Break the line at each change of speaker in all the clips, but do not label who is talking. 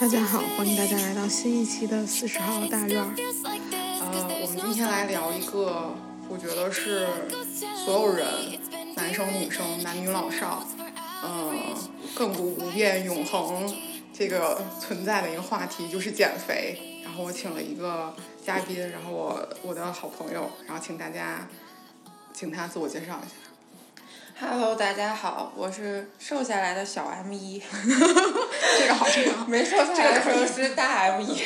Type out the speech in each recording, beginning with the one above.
大家好，欢迎大家来到新一期的四十号大院儿。
呃，我们今天来聊一个，我觉得是所有人，男生、女生、男女老少，呃，亘古不变、永恒这个存在的一个话题，就是减肥。然后我请了一个嘉宾，然后我我的好朋友，然后请大家，请他自我介绍一下。
Hello，大家好，我是瘦下来的小 M 一，
这个好，这个好。
没瘦下来的时候是大 M 一，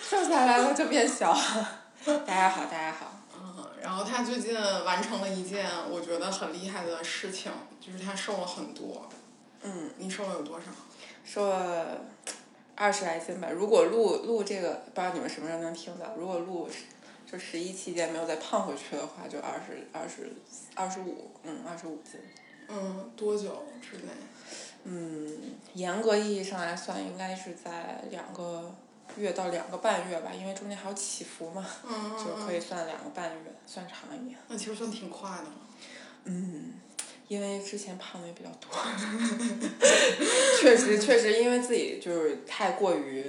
瘦下来了就变小。大家好，大家好，
嗯，然后他最近完成了一件我觉得很厉害的事情，就是他瘦了很多。
嗯，
你瘦了有多少？
瘦了二十来斤吧。如果录录这个，不知道你们什么时候能听到。如果录就十一期间没有再胖回去的话，就二十二十二十五，嗯，二十五斤。
嗯，多久之内？
嗯，严格意义上来算，应该是在两个月到两个半月吧，因为中间还有起伏嘛。
嗯
就可以算两个半月，算长一点。
那其实算挺快的了。
嗯，因为之前胖的也比较 多，确实确实因为自己就是太过于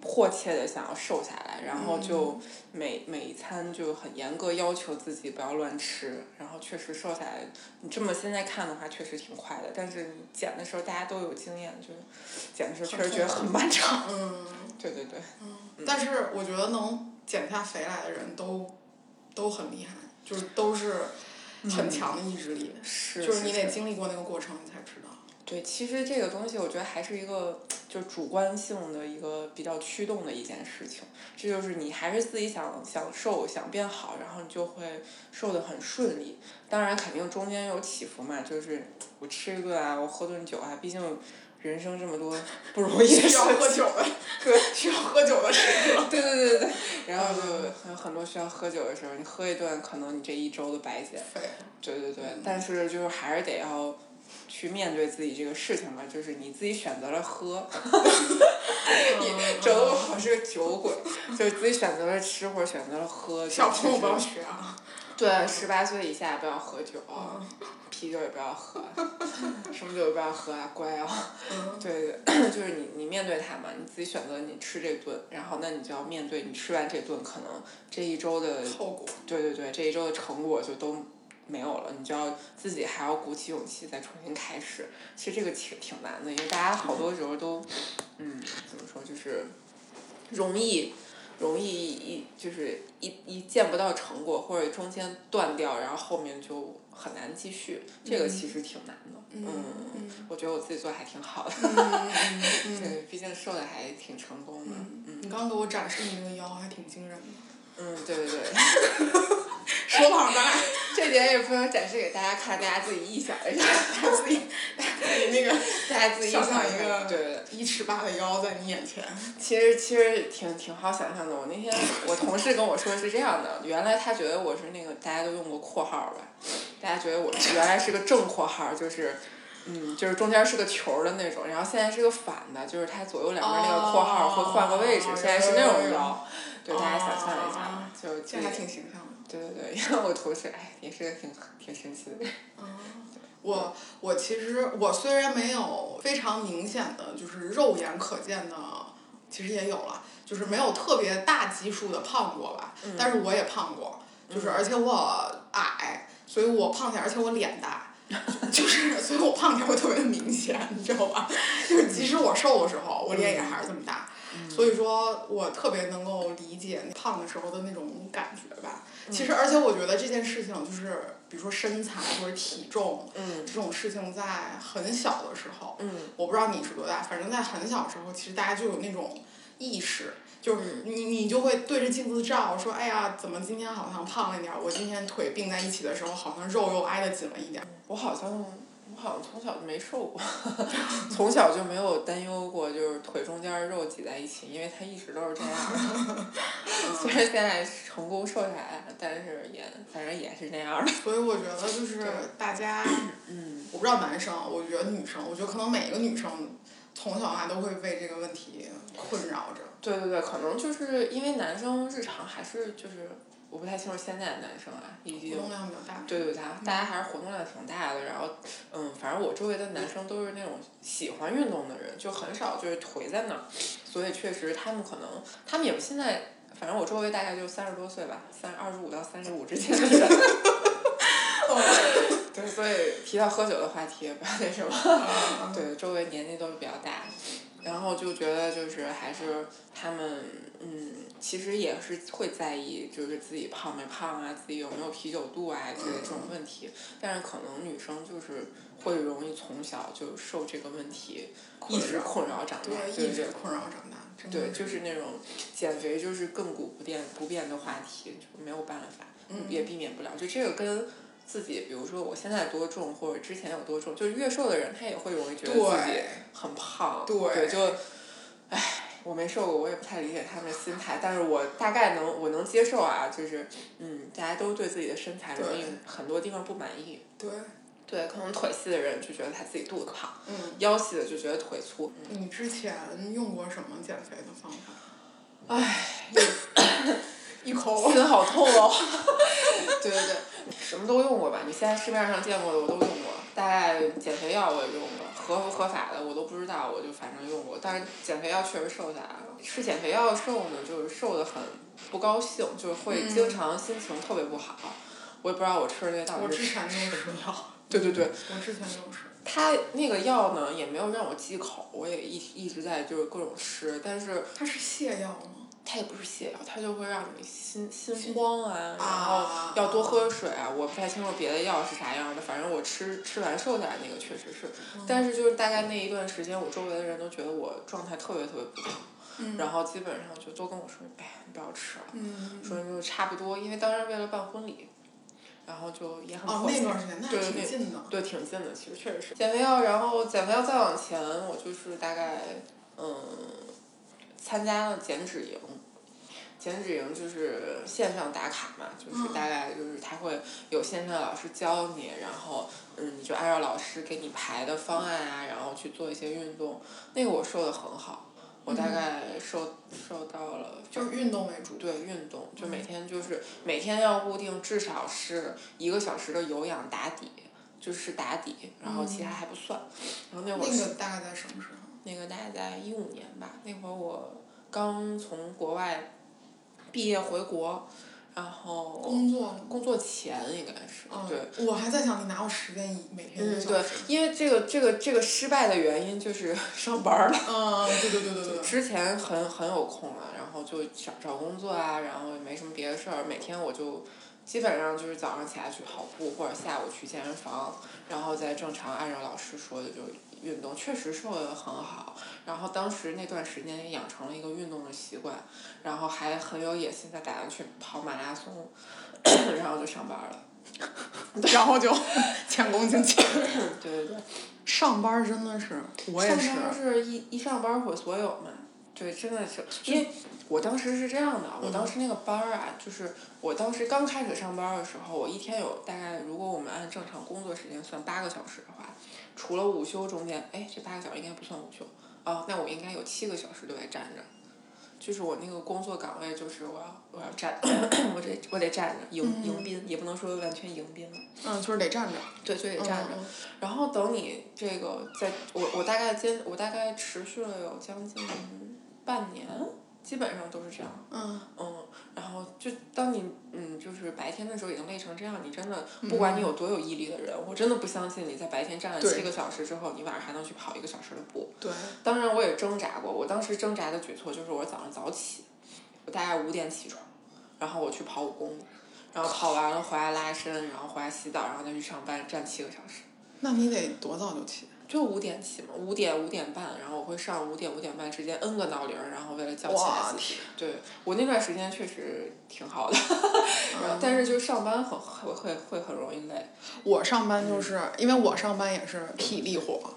迫切的想要瘦下来，然后
嗯
就每、每一餐就很严格要求自己不要乱吃，然后确实瘦下来。你这么现在看的话，确实挺快的，但是你减的时候大家都有经验，就是减的时候确实觉得很漫长。
嗯，
对对对，
但是我觉得能减下肥来的人都都很厉害，就是都是很强的意志力，
是
就是你得经历过那个过程，你才知道。
对，其实这个东西我觉得还是一个就是主观性的一个比较驱动的一件事情，这就是你还是自己想想瘦想变好，然后你就会瘦得很顺利。当然肯定中间有起伏嘛，就是我吃一顿啊，我喝顿酒啊，毕竟人生这么多不容易的
需
事
要喝
情。
酒的，对，需要喝酒的时刻。
对对对对 对，然后就很很多需要喝酒的时候，你喝一顿，可能你这一周都白减。
对，
对对对，
嗯
但是就是还是得要去面对自己这个事情吧，就是你自己选择了喝，
嗯
整得我好是个酒鬼，就是自己选择了吃或者选择了喝。就
小
确
朋友
实
不要学啊！
对，十八岁以下不要喝酒，啤酒也不要喝， 什么酒也不要喝啊，乖哦。对 对，就是你你面对它嘛，你自己选择你吃这顿，然后那你就要面对你吃完这顿可能这一周的
后果，
对对对，这一周的成果就都没有了，你就要自己还要鼓起勇气再重新开始。其实这个挺挺难的，因为大家好多时候都，嗯，怎么说就是容易容易一就是一一见不到成果，或者中间断掉，然后后面就很难继续。这个其实挺难的，嗯，我觉得我自己做得还挺好的，
嗯
对， 毕竟瘦的还挺成功的，嗯
你刚给我展示你那个腰，还挺惊人的。
嗯，对对对。
说吧，咱俩
这点也不能展示给大家看，大家自己臆想一下，大家 自己，
那个
大家自己
想
臆想
象
一
一
下。
个
对，
一尺八的腰在你眼前。
其实其实挺挺好想象的。我那天我同事跟我说是这样的，原来他觉得我是那个大家都用过括号吧，大家觉得我原来是个正括号，就是。嗯，就是中间是个球的那种，然后现在是个反的，就是它左右两边那个括号会换个位置，
哦
现在是那
有有
种
有
腰，对大家想象一下
哦
吧，就
这还挺形象的。
对对 对，因为我同事哎也是挺挺神奇的，
我我其实我虽然没有非常明显的就是肉眼可见的，其实也有了，就是没有特别大基数的胖过吧，
嗯
但是我也胖过，就是而且我矮，所以我胖起来，而且我脸大。 就是，所以我胖起来会特别的明显，你知道吧？ 就是即使我瘦的时候，我脸也还是这么大，
嗯
所以说我特别能够理解胖的时候的那种感觉吧。其
嗯
实，而且我觉得这件事情就是，比如说身材或者体重，
嗯
这种事情在很小的时候，
嗯。
我不知道你是多大，反正在很小的时候，其实大家就有那种意识，就是你你就会对着镜子照说，哎呀，怎么今天好像胖了一点儿？我今天腿并在一起的时候，好像肉又挨得紧了一点儿。
我好像我好像从小就没瘦过， 从小就没有担忧过，就是腿中间肉挤在一起，因为它一直都是这样的。 虽然现在成功瘦下来了，但是也反正也是那样的。
所以我觉得就是大家，
嗯
我不知道男生，啊我觉得女生，我觉得可能每一个女生从小到大都会为这个问题困扰着。
对对对，可能就是因为男生日常还是就是我不太清楚现在的男生啊，也
活
有
动量比较大。
对对，大大家还是活动量挺大的。然后，嗯，反正我周围的男生都是那种喜欢运动的人，就很少就是颓在那儿。所以确实，他们可能他们也不现在，反正我周围大概就三十多岁吧，三二十五到三十五之间的人。 对，所以提到喝酒的话题也不要那什么。
嗯
对，周围年纪都是比较大，然后就觉得就是还是他们嗯，其实也是会在意就是自己胖没胖啊，自己有没有啤酒肚啊之类的这种问题，但是可能女生就是会容易从小就受这个问题一直困扰长大，
对，
对
一
对
直困扰长大，真的
对，就是那种减肥就是亘古不变不变的话题，就没有办法，也避免不了。就这个跟自己，比如说我现在多重或者之前有多重，就是越瘦的人他也会容易觉得自己
对
很胖，
对
就，唉，我没瘦过，我也不太理解他们的心态，但是我大概能我能接受啊，就是嗯，大家都对自己的身材容易
对
很多地方不满意，
对，
对，可能腿细的人就觉得他自己肚子胖，
嗯，
腰细的就觉得腿粗，
你之前用过什么减肥的方法？唉，一口
心好痛哦。 对对对，什么都用过吧？你现在市面上见过的我都用过，大概减肥药我也用过，合不合法的我都不知道，我就反正用过。但是减肥药确实瘦下来了，吃减肥药瘦呢，就是瘦的很不高兴，就是会经常心情特别不好。我也不知道我吃的那到
我
底
之
是
前就是药，
对对对，
我之前就是。
它那个药呢也没有让我忌口，我也一一直在就是各种吃，但是
它是泻药吗？
它也不是泻药，它就会让你心心慌啊，然
啊
后要多喝水啊。我不太清楚别的药是啥样的，反正我吃吃完瘦下来那个确实是，但是就是大概那一段时间，我周围的人都觉得我状态特别特别不好，然后基本上就都跟我说，哎呀，你不要吃了，
嗯，
说就差不多，因为当时为了办婚礼，然后就也很
哦，
妥协
那段时间那
对
挺
那
近的。
对，挺近的，其实确实是减肥药。然后减肥药再往前，我就是大概嗯，参加了减脂营。减脂营就是线上打卡嘛，
嗯
就是大概就是他会有线上老师教你，然后嗯，你就按照老师给你排的方案啊，然后去做一些运动。那个我瘦的很好，我大概瘦、瘦到了
嗯就是运动为主，
对运动，就每天就是每天要固定至少是一个小时的有氧打底，就是打底，然后其他还不算。然后那会儿
嗯那
是
个大概在什么时候？
那个大概在一五年吧，那会儿我刚从国外毕业回国，然后
工作吗
工作前应该是、对。
嗯，我还在想你哪有时间一每天一个
嗯，对
小时？，
因为这个这个这个失败的原因就是 上班儿了。
嗯，对对对对对。
之前很很有空了，然后就找找工作啊，然后也没什么别的事儿，每天我就基本上就是早上起来去跑步，或者下午去健身房，然后再正常按照老师说的就运动，确实瘦的很好。然后当时那段时间也养成了一个运动的习惯，然后还很有野心的打算去跑马拉松， 然后就上班了。
然后就 前功尽弃。
对对对。
上班儿真的是，我也是
上。班是一一上班毁所有嘛。对，真的是，因为我当时是这样的，我当时那个班儿啊，就是我当时刚开始上班儿的时候，我一天有大概，如果我们按正常工作时间算八个小时的话，除了午休中间，哎，这八个小时应该不算午休，哦，那我应该有七个小时都在站着，就是我那个工作岗位就是我要我要站， 我得我得站着迎迎宾，也不能说完全迎宾了，
嗯，就是得站着。
对，就得站着。
嗯嗯
然后等你这个在，我我大概坚我大概持续了有将近半年，基本上都是这样。
嗯。
嗯，然后就当你嗯，就是白天的时候已经累成这样，你真的不管你有多有毅力的人，我真的不相信你在白天站了
对
七个小时之后，你晚上还能去跑一个小时的步。
对。
当然我也挣扎过，我当时挣扎的举措就是我早上早起，我大概五点起床，然后我去跑五公里，然后跑完了回来拉伸，然后回来洗澡，然后再去上班，站七个小时。
那你得多早就起？
就五点起嘛，五点五点半，然后我会上五点五点半之间摁个闹铃儿，然后为了叫起来
哇
自己
天。
对我那段时间确实挺好的， 然后但
嗯
是就上班很会会会很容易累。
我上班就是因为我上班也是体力活，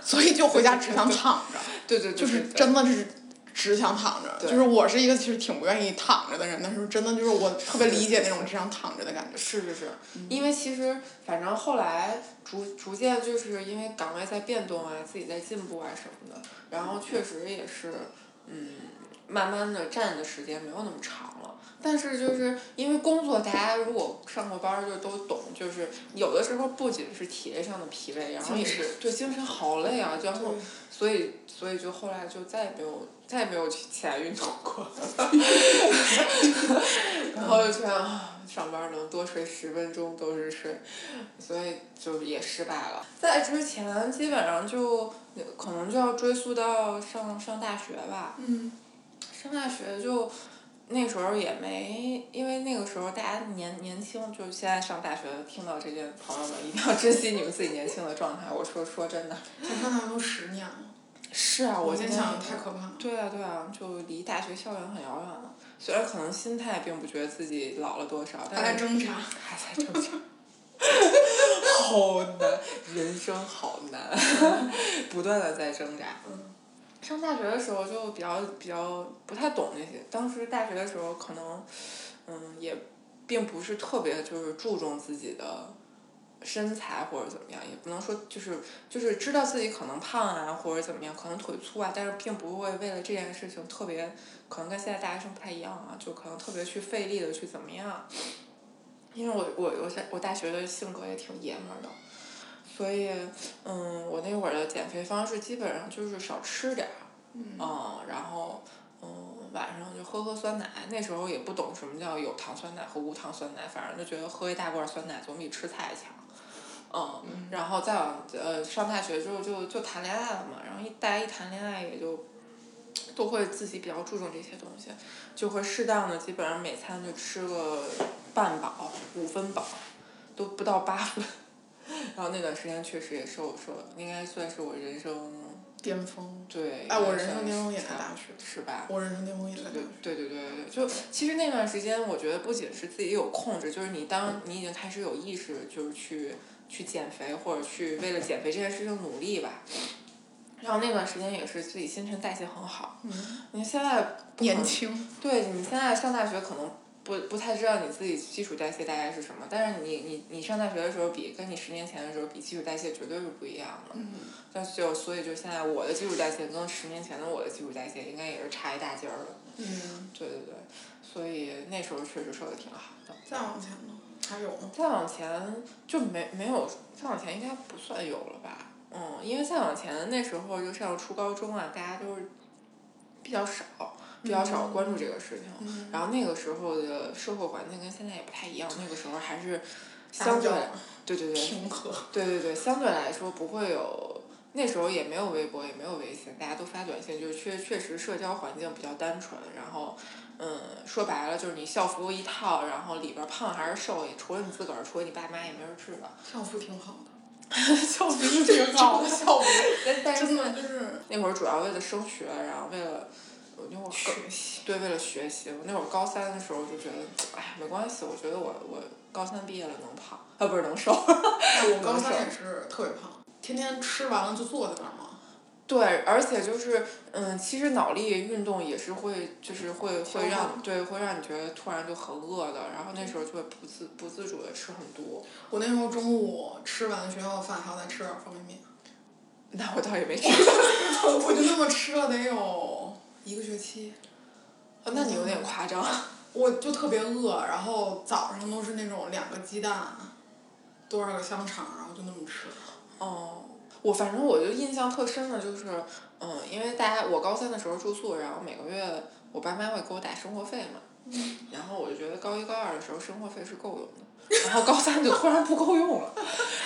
所以就回家只想躺着。
对对对
就
对
是
对
真的是只想躺着。
对
就是我是一个其实挺不愿意躺着的人，但是真的就是我特别理解那种只想躺着的感觉。
是是是，
嗯
因为其实反正后来逐逐渐就是因为岗位在变动啊，自己在进步啊什么的，然后确实也是，嗯，慢慢的站的时间没有那么长了。但是就是因为工作，大家如果上过班儿就都懂，就是有的时候不仅是体力上的疲惫，然后也
精
是对精神好累啊，然后
对
所以所以就后来就再也没有再也没有去起来运动过， 然后就觉得啊上班儿能多睡十分钟都是睡，所以就也失败了。在之前基本上就可能就要追溯到上上大学吧，
嗯
上大学就那时候也没，因为那个时候大家年年轻，就是现在上大学听到这些朋友们，一定要珍惜你们自己年轻的状态。我说说真的，
咱上大学都十年了，
是啊，我
今
今
天
天
想太可怕了。
对啊对啊，就离大学校园很遥远了。虽然可能心态并不觉得自己老了多少，
还
但
在
是
挣
嗯
扎，
还在挣扎， 好难，人生好难， 不断的在挣扎。
嗯
上大学的时候就比较比较不太懂这些，当时大学的时候可能，嗯，也并不是特别就是注重自己的身材或者怎么样，也不能说就是就是知道自己可能胖啊或者怎么样，可能腿粗啊，但是并不会为了这件事情特别，可能跟现在大学生不太一样啊，就可能特别去费力的去怎么样，因为我我我在我大学的性格也挺爷们儿的，所以嗯，我那会儿的减肥方式基本上就是少吃点儿，嗯，然后嗯，晚上就喝喝酸奶。那时候也不懂什么叫有糖酸奶和无糖酸奶，反正就觉得喝一大罐酸奶总比吃菜强。嗯，然后再往呃上大学之后就就谈恋爱了嘛，然后一大家一谈恋爱也就都会自己比较注重这些东西，就会适当的基本上每餐就吃个半饱、五分饱，都不到八分。 然后那段时间确实也瘦瘦了，应该算是我人生
巅峰。
对。
哎，
应该
我人
算
生巅峰也在
是
大学，
是吧？
我人生巅峰也在大
对
学。
对对对对，就其实那段时间，我觉得不仅是自己有控制，就是你当你已经开始有意识，就是去去减肥或者去为了减肥这件事情努力吧。然后那段时间也是自己新陈代谢很好，
嗯，
你现在不可
年
能
轻，
对你现在上大学可能不不太知道你自己基础代谢大概是什么，但是你你你上大学的时候比跟你十年前的时候比，基础代谢绝对是不一样的。
嗯，
但是就所以就现在我的基础代谢跟十年前的我的基础代谢应该也是差一大截儿了。
嗯，
对对对，所以那时候确实瘦的挺好的。
再往前呢？还有吗？
再往前就没没有，再往前应该不算有了吧？嗯，因为再往前那时候就上初高中啊，大家都是比较少，比较少关注这个事情。
嗯
然后那个时候的社会环境跟现在也不太一样，那个时候还是
大
相对
家
来对对对
平和。
对对对，相对来说不会有。那时候也没有微博，也没有微信，大家都发短信，就是确确实社交环境比较单纯。然后，嗯，说白了就是你校服一套，然后里边胖还是瘦，也除了你自个儿，除了你爸妈也没人知道。
校服挺好的，
校服是挺好的，
校服
但但是
真
现
的
在
就是
那会儿主要为了升学，然后为了我那会儿更
学习。
对，为了学习，我那会儿高三的时候就觉得，哎呀，没关系，我觉得我我高三毕业了能胖，啊不是能瘦。
哎，我高
能
三
瘦
也是特别胖，天天吃完了就坐在那儿嘛。
对，而且就是，嗯，其实脑力运动也是会，就是会
消
会
耗
让对会让你觉得突然就很饿的，然后那时候就会不自不自主的吃很多。
我那时候中午吃完学校的饭，还要再吃点儿方便面，
那我倒也没 吃，
我就那么吃了得有一个学期。
哦那你有点夸张。
我就特别饿，然后早上都是那种两个鸡蛋，多少个香肠，然后就那么吃。
哦，我反正我就印象特深的就是，嗯，因为大家我高三的时候住宿，然后每个月我爸妈会给我打生活费嘛，然后我就觉得高一高二的时候生活费是够用的，然后高三就突然不够用了，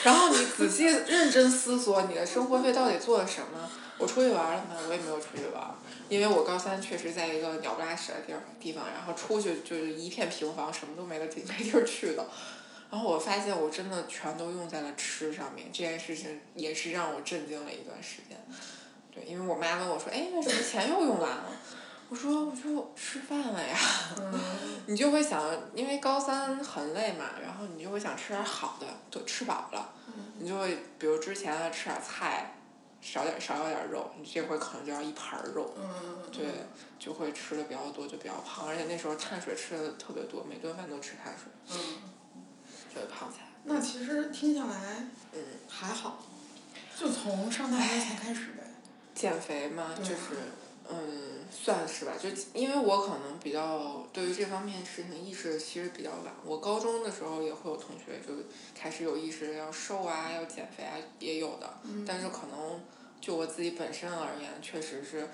然后你仔细认真思索你的生活费到底做了什么。我出去玩了吗？我也没有出去玩，因为我高三确实在一个鸟不拉屎的地儿地方，然后出去就是一片平房，什么都没的地没地儿去的。然后我发现我真的全都用在了吃上面，这件事情也是让我震惊了一段时间。对，因为我妈问我说：“哎，为什么钱又用完了？”我说：“我就吃饭了呀。”
嗯
你就会想，因为高三很累嘛，然后你就会想吃点好的，都吃饱了，你就会比如之前啊吃点菜，少点少要点肉，你这回可能就要一盘儿肉。
嗯，
对，就会吃的比较多，就比较胖，而且那时候碳水吃的特别多，每顿饭都吃碳水，
嗯，
就会胖起来。
那其实听下来
嗯，
还好，就从上大学才开始呗。
减肥嘛，
对
就是
啊，
嗯，算是吧，就因为我可能比较对于这方面事情意识其实比较晚。我高中的时候也会有同学就开始有意识要瘦啊，要减肥啊，也有的。但是可能就我自己本身而言，确实是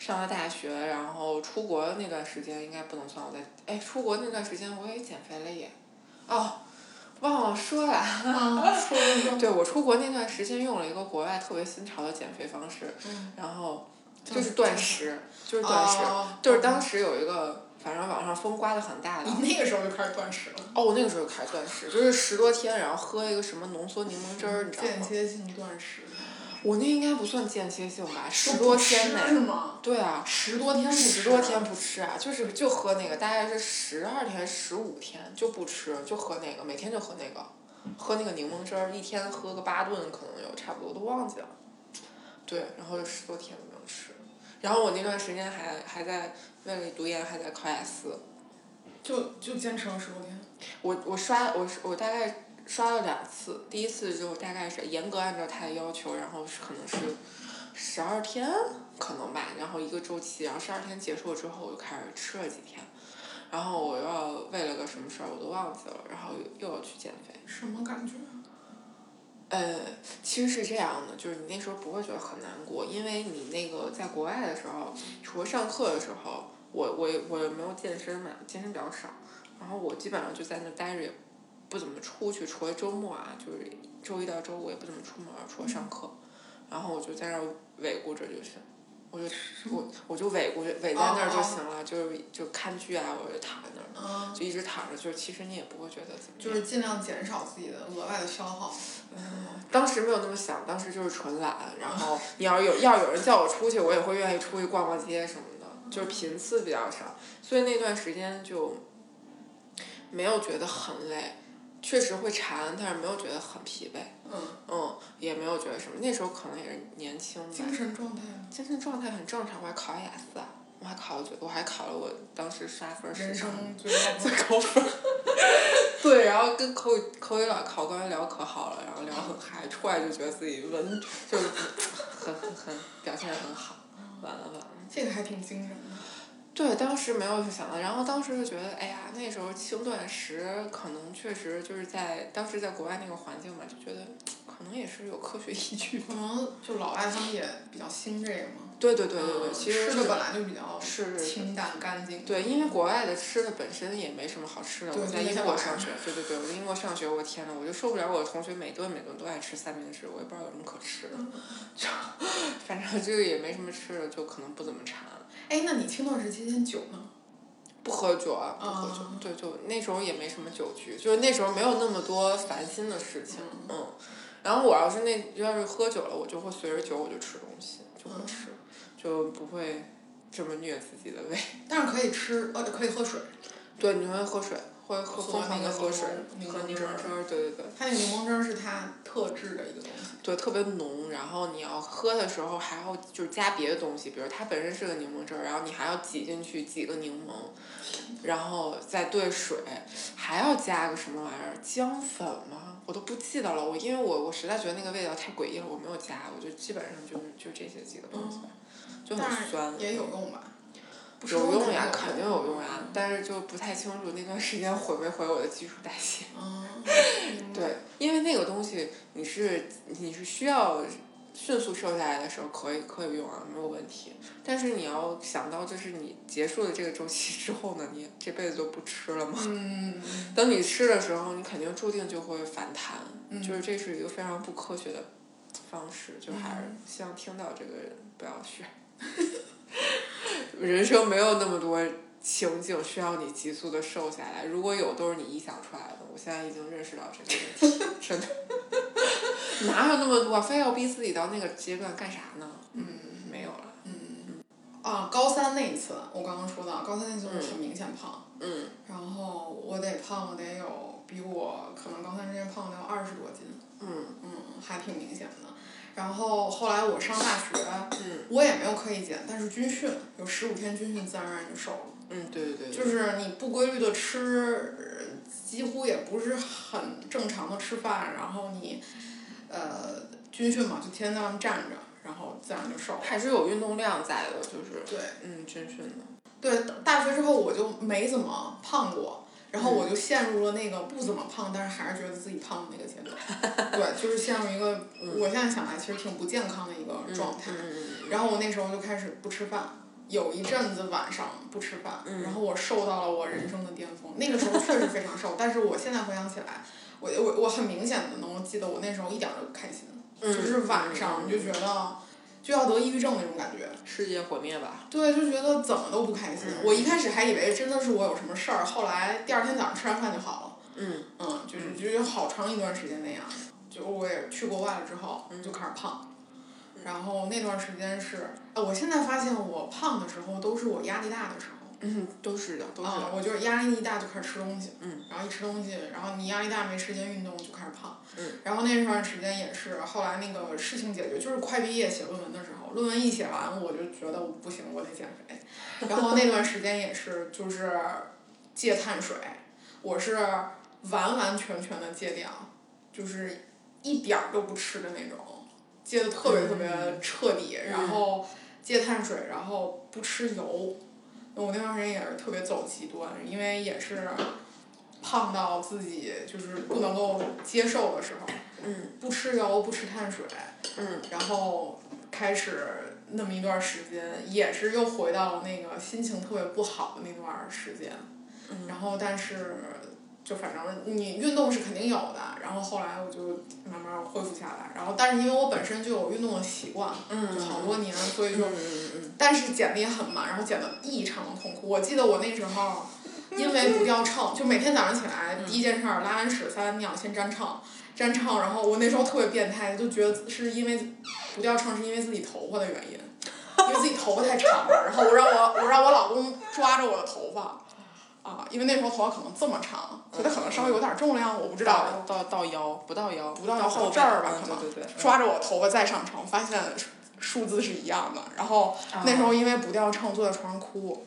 上了大学，然后出国那段时间应该不能算我在哎出国那段时间我也减肥了也，哦，忘了说了。
啊，说说说，
对我出国那段时间用了一个国外特别新潮的减肥方式，
嗯
然后
嗯
就是断食，就是断食，
哦
就是当时有一个，反正网上风刮的很大的。
你那个时候就开始断食了，
哦，我那个时候就开始断食，就是十多天，然后喝一个什么浓缩柠檬汁儿，你知道
间
吗？
歇性断食，
我那应该不算间歇性吧，十多天
是
内。
吗？
对啊，
十多天不吃
十多天不吃啊，就是就喝那个，大概是十二天、十五天就不吃，就喝那个，每天就喝那个，喝那个柠檬汁儿，一天喝个八顿可能有，差不多都忘记了。对，然后就十多天都没有吃，然后我那段时间还还在为了读研还在考雅思，
就就坚持了十多天，
我我刷我是我大概刷了两次，第一次就大概是严格按照他的要求，然后是可能是十二天可能吧，然后一个周期，然后十二天结束了之后，我就开始吃了几天，然后我又要为了个什么事儿我都忘记了，然后又又要去减肥。
什么感觉？啊
呃，其实是这样的，就是你那时候不会觉得很难过，因为你那个在国外的时候，除了上课的时候，我我我没有健身嘛，健身比较少，然后我基本上就在那待着，也不怎么出去，除了周末啊，就是周一到周五也不怎么出门，除了上课，然后我就在那儿伪顾着就行，我就我我就伪顾着伪在那儿就行了，就是就看剧啊，我就躺在那儿，
嗯，
就一直躺着，就是其实你也不会觉得怎么样。
就是尽量减少自己的额外的消耗。
当时没有那么想，当时就是纯懒。然 后你要有要有人叫我出去，我也会愿意出去逛逛街什么的，就是频次比较少，所以那段时间就没有觉得很累，确实会馋，但是没有觉得很疲惫，
嗯，
嗯，也没有觉得什么。那时候可能也是年轻吧，
精神状态，啊
精神状态很正常。我还考了雅思啊，我还考了九，我还考了我当时刷分儿史
人
上
生最高峰
最高分。对，然后跟口语口语老考官聊可好了，然后聊得很嗨，出来就觉得自己文 就是很很很表现得很好，完了完了。
这个还挺精神的。
对，当时没有想到，然后当时就觉得，哎呀，那时候轻断食可能确实就是在当时在国外那个环境嘛，就觉得可能也是有科学依据
可
吧。
能就老外他们也比较兴这个嘛，嗯
对对对对对，其实
吃的
是
本来就比较
是
清淡干净。
对，因为国外的吃的本身也没什么好吃的。
对
我在
那
英
些
国
晚
上
上
学，对对对，我在英国上学，我天呐，我就受不了我的同学每顿每顿都爱吃三明治，我也不知道有什么可吃的，就反正就是也没什么吃的，就可能不怎么馋。
哎，那你轻断食期间酒呢？
不喝酒啊，不喝酒，
啊
对，就那时候也没什么酒局，就是那时候没有那么多烦心的事情，嗯。然后我要是那要是喝酒了，我就会随着酒我就吃东西，就会吃，就不会这么虐自己的胃。
但是可以吃，呃，可以喝水。
对，你会喝水，会喝
喝
疯狂
那
的
个
喝
柠
水
檬，柠
喝
檬
柠
汁
檬
儿
汁儿，对对对，
它那个柠檬汁儿是它特制的一个东西。
对特别浓。然后你要喝的时候还要就是加别的东西，比如它本身是个柠檬汁儿，然后你还要挤进去几个柠檬，然后再兑水，还要加个什么玩意儿姜粉吗？我都不记得了，我因为我我实在觉得那个味道太诡异了，我没有加，我就基本上就就这些几个东西吧，就
嗯但
很
是
酸。
也有用吧？不是
有
说
用呀，
肯
肯
定
定
有
有用呀，但是就不太清楚那段时间毁没毁我的基础代谢。
嗯，
对，因为那个东西你是你是需要迅速瘦下来的时候可以可以用啊，没有问题。但是你要想到，就是你结束了这个周期之后呢，你这辈子就不吃了嘛。
嗯，
等你吃的时候，你肯定注定就会反弹，
嗯
就是这是一个非常不科学的方式，就还
嗯
是希望听到这个人不要学。 人生没有那么多情景需要你急速的瘦下来，如果有都是你臆想出来的。我现在已经认识到这个问题，真的， 哪有那么多？非要逼自己到那个阶段干啥呢？嗯，没有了。
啊，高三那一次，我刚刚说到，高三那次我是明显胖，
嗯，
然后我得胖，我得有比我可能高三之前胖了要二十多斤，
嗯
嗯，还挺明显的。然后后来我上大学，
嗯
我也没有刻意减，但是军训有十五天军训，自然而然就瘦了。
嗯，对对对，
就。是你不规律的吃，呃几乎也不是很正常的吃饭，然后你，呃，军训嘛，就天天在外面站着，然然后自然就瘦了。
还是有运动量在的，就是
对
嗯，均训的。
对，大学之后我就没怎么胖过，然后我
嗯
就陷入了那个不怎么胖，但是还是觉得自己胖的那个阶 段。对，就是陷入一个我现在想来其实挺不健康的一个状态。
嗯
然后我那时候就开始不吃饭，有一阵子晚上不吃饭，
嗯
然后我瘦到了我人生的巅峰。那个时候确实非常瘦，但是我现在回想起来，我我我很明显的能够记得我那时候一点儿都不开心，
嗯
就是晚上你就觉得就要得抑郁症那种感觉。
世界毁灭吧。
对，就觉得怎么都不开心。我一开始还以为真的是我有什么事儿，后来第二天早上吃完饭就好了。
嗯
嗯，就是就好长一段时间那样。就我也去国外了之后，就开始胖。然后那段时间是，啊，我现在发现我胖的时候都是我压力大的时候。
嗯，都是的，都是
啊、
的。
我就是压力一大就开始吃东西，
嗯
然后一吃东西，然后你压力大没时间运动就开始胖，
嗯
然后那段时间也是后来那个事情解决，就是快毕业写论文的时候，论文一写完我就觉得我不行，我得减肥，然后那段时间也是就是戒碳水，我是完完全全的戒掉，就是一点儿都不吃的那种，戒的特别特别
嗯
彻底，然后戒碳水，然后不吃油。那我那段时间也是特别走极端，因为也是胖到自己就是不能够接受的时候，
嗯
不吃油，不吃碳水，
嗯
然后开始那么一段时间，也是又回到了那个心情特别不好的那段时间。
嗯
然后，但是就反正你运动是肯定有的，然后后来我就慢慢恢复下来。然后，但是因为我本身就有运动的习惯，
嗯
就好多年，所以就
嗯嗯嗯，
但是减的也很慢，然后减的异常的痛苦。我记得我那时候，因为不掉秤，就每天早上起来第一件事儿拉完屎撒完尿先粘秤，粘秤，然后我那时候特别变态，就觉得是因为不掉秤是因为自己头发的原因，因为自己头发太长了，然后我让我我让我老公抓着我的头发。啊，因为那时候头发可能这么长，所以它可能稍微有点重量，我不知道。
到到到腰，不到腰，不
不到
后
后这儿
背
吧，
嗯
可能
对对对，
抓着我头发再上床，发现数字是一样的。然后那
哦
时候因为不掉秤，坐在床上哭。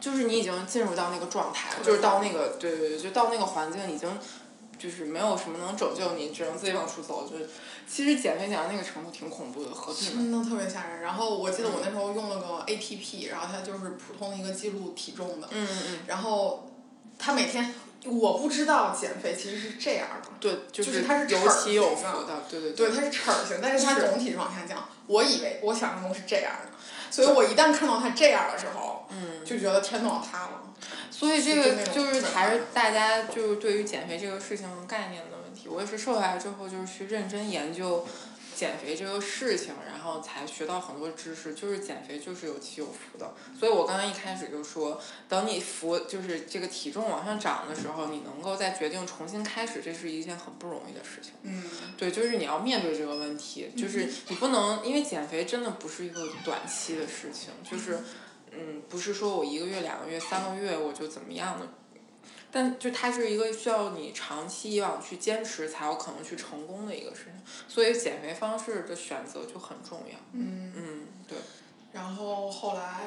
就是你已经进入到那个状态了，就是到那个对对对，就到那个环境已经。就是没有什么能拯救你，只能自己往出走。就是，其实减肥减到那个程度挺恐怖的，何必呢？
真的特别吓人。然后我记得我那时候用了个 APP，然后它就是普通的一个记录体重的。
嗯嗯嗯，
然后它每天，我不知道减肥其实是这样的。
对，就
就是它是
有
齿
起有
形
伏
的
的，对对
对，它是齿儿形，但是它
是
总体是往下降。我以为我想象中是这样的，所以我一旦看到它这样的时候，就觉得天都要塌了。
嗯所以这
就
个
那种
就是
状态
还是大家就是对于减肥这个事情概念的问题。我也是瘦下来之后，就是去认真研究减肥这个事情，然后才学到很多知识。就是减肥就是有起有伏的，所以我刚刚一开始就说，等你服就是这个体重往上涨的时候，你能够再决定重新开始，这是一件很不容易的事情。
嗯，
对，就是你要面对这个问题，就是你不能因为减肥真的不是一个短期的事情，就是嗯，不是说我一个月、两个月、三个月我就怎么样的，但就它是一个需要你长期以往去坚持才有可能去成功的一个事情，所以减肥方式的选择就很重要。
嗯
嗯，对，
然后后来，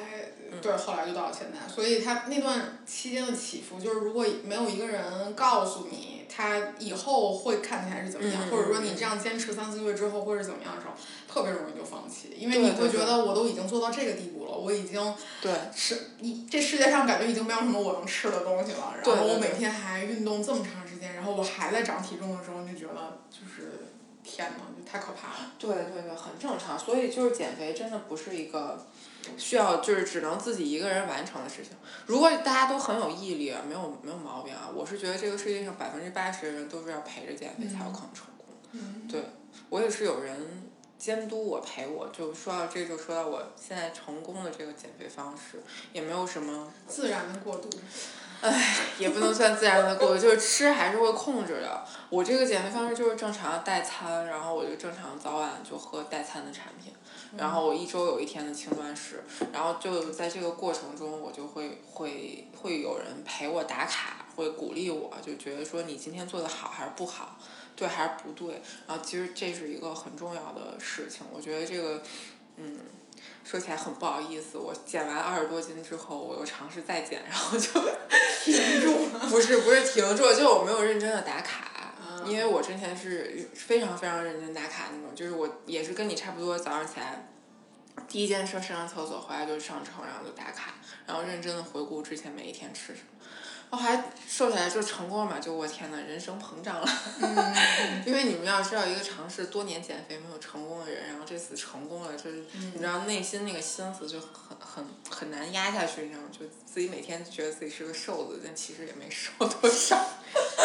嗯
对，后来就到了现在。所以他那段期间的起伏，就是如果没有一个人告诉你他以后会看起来是怎么样，
嗯
或者说
嗯
你这样坚持三四个月之后会是怎么样的时候，特别容易就放弃，因为
对
你会
对
觉
对
得我都已经做到这个地步了，我已经
对，
是你这世界上感觉已经没有什么我能吃的东西了，然
对
后
对
我
对
每天还运动这么长时间，然后我还在长体重的时候，就觉得就是天呐，就太可怕了。
对对对，很正常。所以就是减肥真的不是一个需要就是只能自己一个人完成的事情。如果大家都很有毅力，没有没有毛病啊，我是觉得这个世界上百分之八十的人都是要陪着减肥才有可能成功。
嗯
对我也是有人监督我陪我，就说到这就说到我现在成功的这个减肥方式，也没有什么
自然的过 渡。
也不能算自然的过渡，就是吃还是会控制的。我这个减肥方式就是正常代餐，然后我就正常早晚就喝代餐的产品，然后我一周有一天的轻断食，然后就在这个过程中，我就会会会有人陪我打卡，会鼓励我，就觉得说你今天做的好还是不好，对还是不对。然后其实这是一个很重要的事情，我觉得这个，嗯。说起来很不好意思，我减完二十多斤之后，我又尝试再减，然后就
挺重。
嗯不是不是停住，就我没有认真的打卡。因为我之前是非常非常认真打卡那种，就是我也是跟你差不多，早上起来第一件事上完厕所，回来就上称，然后就打卡，然后认真的回顾之前每一天吃什么。我还瘦下来就成功了嘛，就我天呐，人生膨胀了。因为你们要知道，一个尝试多年减肥没有成功的人，然后这次成功了，就是你知道内心那个心思就很很很难压下去，你知道吗？就自己每天觉得自己是个瘦子，但其实也没瘦多少。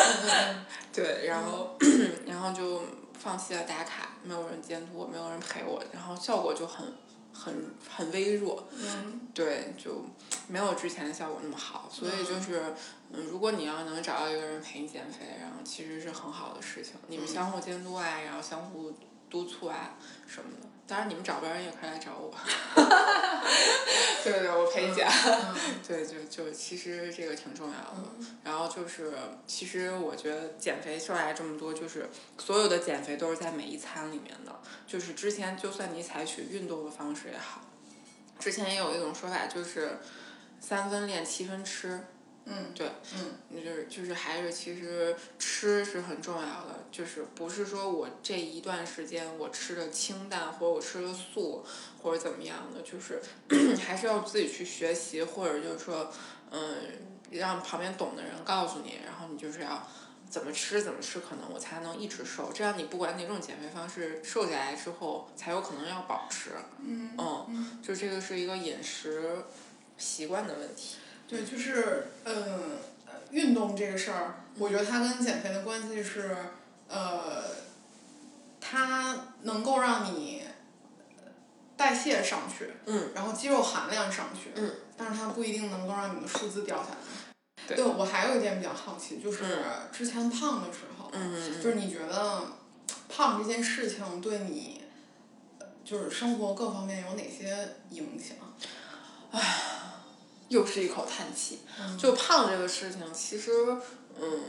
对，然后、 然后就放弃了打卡，没有人监督我，没有人陪我，然后效果就很很很微弱。
嗯
对，就没有之前的效果那么好，所以就是，嗯，如果你要能找到一个人陪你减肥，然后其实是很好的事情，你们相互监督啊，然后相互督促啊什么的。当然，你们找不着人也可以来找我。 对对对，我陪你减。 对，就就其实这个挺重要的。然后就是，其实我觉得减肥瘦下来这么多，就是所有的减肥都是在每一餐里面的。就是之前，就算你采取运动的方式也好，之前也有一种说法，就是三分练，七分吃。
嗯
对，
嗯
那就是就是还是其实吃是很重要的，就是不是说我这一段时间我吃的清淡，或者我吃的素，或者怎么样的，就是 还是要自己去学习，或者就是说，嗯，让旁边懂的人告诉你，然后你就是要。怎么吃怎么吃，可能我才能一直瘦。这样你不管哪种减肥方式，瘦下来之后才有可能要保持。
嗯
嗯，就这个是一个饮食习惯的问题。
对，就是嗯，呃运动这个事儿，我觉得它跟减肥的关系是，呃，它能够让你代谢上去，
嗯
然后肌肉含量上去，
嗯
但是它不一定能够让你的数字掉下来。
对
我还有一点比较好奇，就是
嗯
之前胖的时候，
嗯嗯嗯
就是你觉得胖这件事情对你，呃就是生活各方面有哪些影响？
又是一口叹气。
嗯
就胖这个事情，其实，嗯，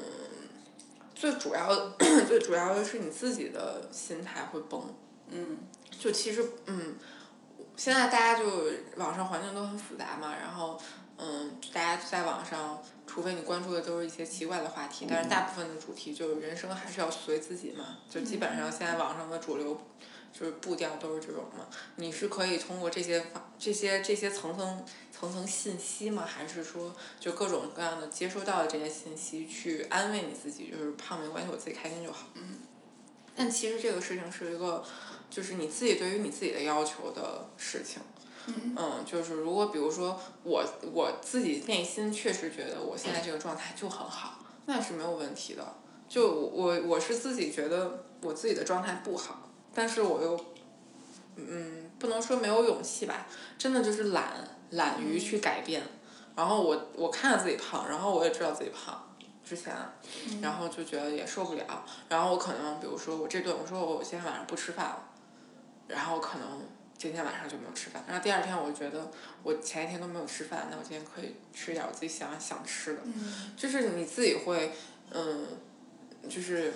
最主要 最主要的是你自己的心态会崩。
嗯
就其实，嗯，现在大家就网上环境都很复杂嘛，然后，嗯，大家在网上，除非你关注的都是一些奇怪的话题，但是大部分的主题就是人生还是要随自己嘛，就基本上现在网上的主流。就是步调都是这种嘛，你是可以通过这些方这些这些层层层层信息吗？还是说就各种各样的接收到的这些信息去安慰你自己，就是胖没关系，我自己开心就好。嗯。但其实这个事情是一个，就是你自己对于你自己的要求的事情。
嗯
嗯，就是如果比如说我我自己内心确实觉得我现在这个状态就很好，那是没有问题的。就我我是自己觉得我自己的状态不好，但是我又，嗯，不能说没有勇气吧，真的就是懒，懒于去改变。然后我我看着自己胖，然后我也知道自己胖，之前，然后就觉得也受不了，然后我可能比如说我这顿我说我今天晚上不吃饭了，然后可能今天晚上就没有吃饭，然后第二天我就觉得我前一天都没有吃饭，那我今天可以吃点我自己想想吃的，
嗯
就是你自己会，嗯，就是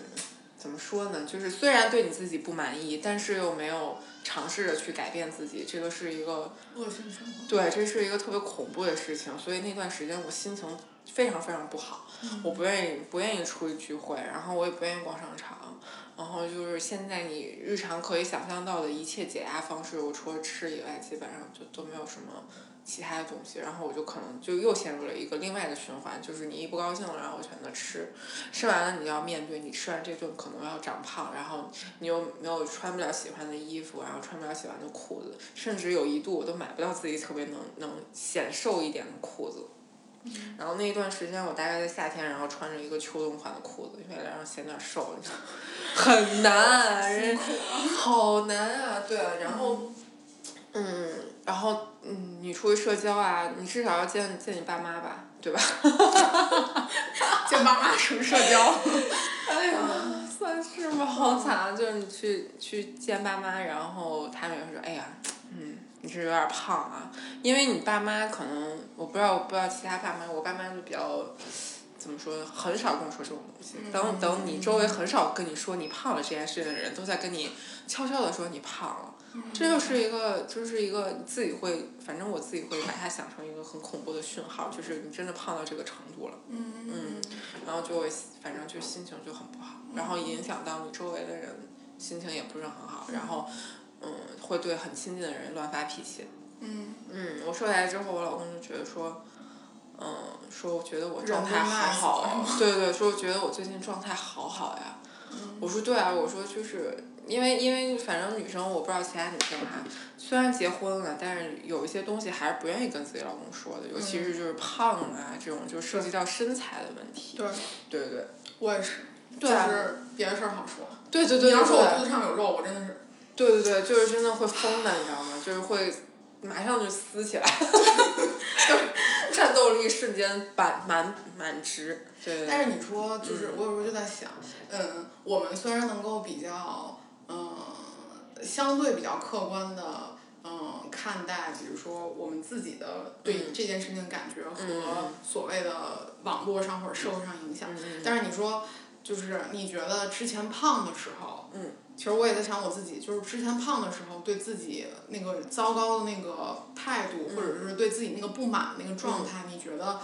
怎么说呢？就是虽然对你自己不满意，但是又没有尝试着去改变自己，这个是一个
恶性循环。
对，这是一个特别恐怖的事情，所以那段时间我心情非常非常不好，我不愿意不愿意出去聚会，然后我也不愿意逛商场，然后就是现在你日常可以想象到的一切解压方式，我除了吃以外，基本上就都没有什么其他的东西，然后我就可能就又陷入了一个另外的循环，就是你一不高兴了，然后我选择吃，吃完了你要面对你吃完这顿可能要长胖，然后你又没有穿不了喜欢的衣服，然后穿不了喜欢的裤子，甚至有一度我都买不到自己特别能能显瘦一点的裤子。然后那一段时间，我大概在夏天，然后穿着一个秋冬款的裤子，为了让显点瘦，你知道吗很难，人好难啊！对啊，然后，嗯，然后嗯，你出去社交啊，你至少要见见你爸妈吧，对吧？
见爸妈什么社交？
哎呀，算是吧， 好惨！啊就是你去去见爸妈，然后他们也会说，哎呀，嗯，你是有点胖啊，因为你爸妈可能我不知道，我不知道其他爸妈，我爸妈就比较怎么说，很少跟我说这种东西。
嗯
等等，你周围很少跟你说你胖了这件事情的人，都在跟你悄悄的说你胖了。
嗯
这就是一个，就是一个你自己会，反正我自己会把它想成一个很恐怖的讯号，就是你真的胖到这个程度了。
嗯嗯
然后就会反正就心情就很不好，然后影响到你周围的人心情也不是很好，然后嗯会对很亲近的人乱发脾气。
嗯，
嗯，我说来之后，我老公就觉得说，嗯，说我觉得我
人
状
都
态
骂死
好
了嗯
好， 对对，说我觉得我最近状态好好呀。我说对啊，我说就是因为因为反正女生我不知道其他女生哈，虽然结婚了，但是有一些东西还是不愿意跟自己老公说的，尤其
嗯
是就是胖啊这种，就涉及到身材的问题。
对，
对对
我也是，就
啊
是别的事儿好说。
对对对
你
对
要说我肚
对
子上有肉，我真的是，
对对对，就是真的会疯的，你知道吗？就是会马上就撕起来， 就是战斗力瞬间满满满值。对对对。
但是你说就是我有时候就在想，嗯，我们虽然能够比较，嗯，相对比较客观的。嗯，看待比如说我们自己的对
嗯
这件事情的感觉
嗯
和
嗯
所谓的网络上或者社会上影响，
嗯
但是你说，就是你觉得之前胖的时候，
嗯，
其实我也在想我自己，就是之前胖的时候对自己那个糟糕的那个态度，或
嗯
者是对自己那个不满的那个状态，你觉得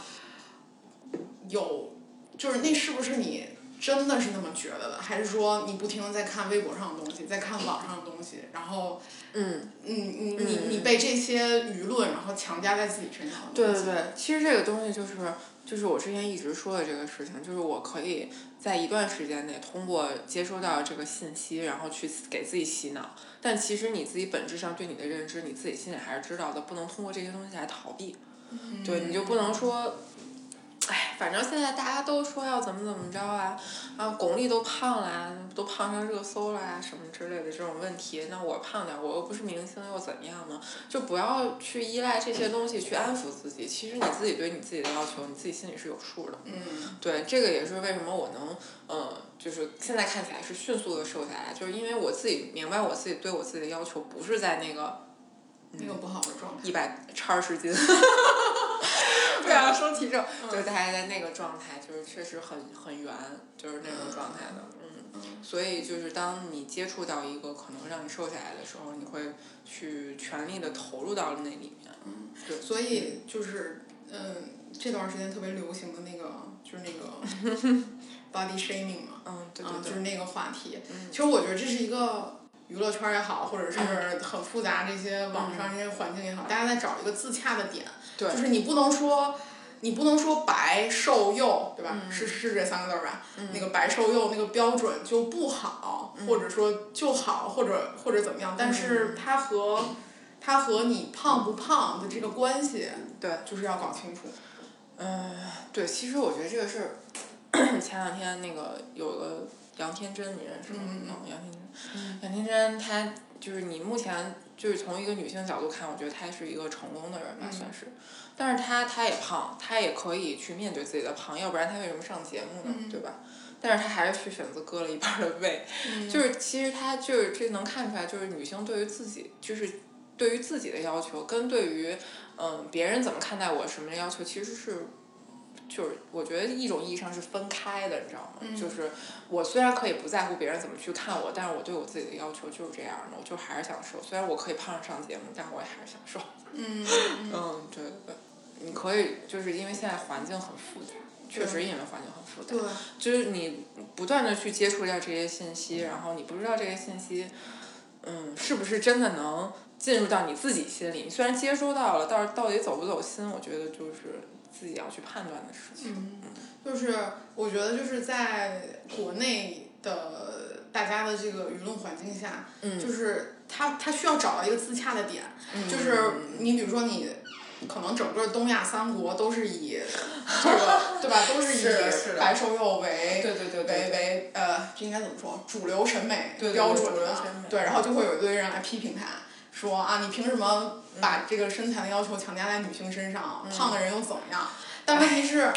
有，就是那是不是你真的是那么觉得的，还是说你不停的在看微博上的东西，在看网上的东西，然后
嗯，
你你你你被这些舆论然后强加在自己身上的
对
东
对
西，
对，其实这个东西就是就是我之前一直说的这个事情，就是我可以在一段时间内通过接收到这个信息，然后去给自己洗脑。但其实你自己本质上对你的认知，你自己心里还是知道的，不能通过这些东西来逃避。
嗯
对，你就不能说，哎，反正现在大家都说要怎么怎么着啊，啊，巩俐都胖啦，都胖上热搜啦，什么之类的这种问题，那我胖点儿，我又不是明星，又怎样呢？就不要去依赖这些东西去安抚自己，其实你自己对你自己的要求，你自己心里是有数的。
嗯
对，这个也是为什么我能，呃，就是现在看起来是迅速的瘦下来，就是因为我自己明白我自己对我自己的要求不是在那个
那个不好的状态。
一百二十 斤，对啊，说体重，就大家在那个状态，就是确实很很圆，就是那种状态的，嗯，所以就是当你接触到一个可能让你瘦下来的时候，你会去全力的投入到那里面，对，
所以就是嗯，这段时间特别流行的那个就是那个 body shaming 嘛，
嗯，对
啊，
对
就
对
是，那个话题。
嗯
其实我觉得这是一个娱乐圈也好，或者是
嗯
很复杂这些网上这些环境也好，大家在找一个自洽的点，
对
就是你不能说。你不能说白瘦幼，对吧？
嗯
是是这三个字儿吧？那个白瘦幼那个标准就不好，或
嗯
者说就好，或者或者怎么样？但是它和它和你胖不胖的这个关系，
对，
就是要搞清楚。
嗯，对，其实我觉得这个事儿， 前两天那个有个杨天真，你认识吗？
嗯嗯嗯
杨天真，杨天真，她就是你目前就是从一个女性角度看，我觉得她是一个成功的人吧，
嗯
算是。但是她她也胖，她也可以去面对自己的胖，要不然她为什么上节目呢？
嗯
对吧？但是她还是去选择割了一半儿的胃，就是其实她就是这能看出来，就是女性对于自己就是对于自己的要求跟对于嗯别人怎么看待我什么的要求其实是。就是我觉得一种意义上是分开的，你知道吗？就是我虽然可以不在乎别人怎么去看我，但是我对我自己的要求就是这样的，我就还是想瘦。虽然我可以胖上节目，但我也还是想瘦。
嗯，
嗯，对对对，你可以就是因为现在环境很复杂，确实因为环境很复杂，
对，
就是你不断的去接触到这些信息，然后你不知道这些信息，嗯，是不是真的能进入到你自己心里？你虽然接收到了，但是到底走不走心，我觉得就是自己要去判断的事情。
嗯，就是我觉得就是在国内的大家的这个舆论环境下，
嗯
就是他他需要找到一个自洽的点，就是你比如说你。可能整个东亚三国都是以这个对吧？都
是的是
以
的
白瘦幼为
对对对对
为
对
为呃，这应该怎么说？主流审美
对对对
标准
主流
的
审美
对，然后就会有一堆人来批评他，说啊，你凭什么
嗯
把这个身材的要求强加在女性身上？胖的人又怎么样？但问题
哎
是，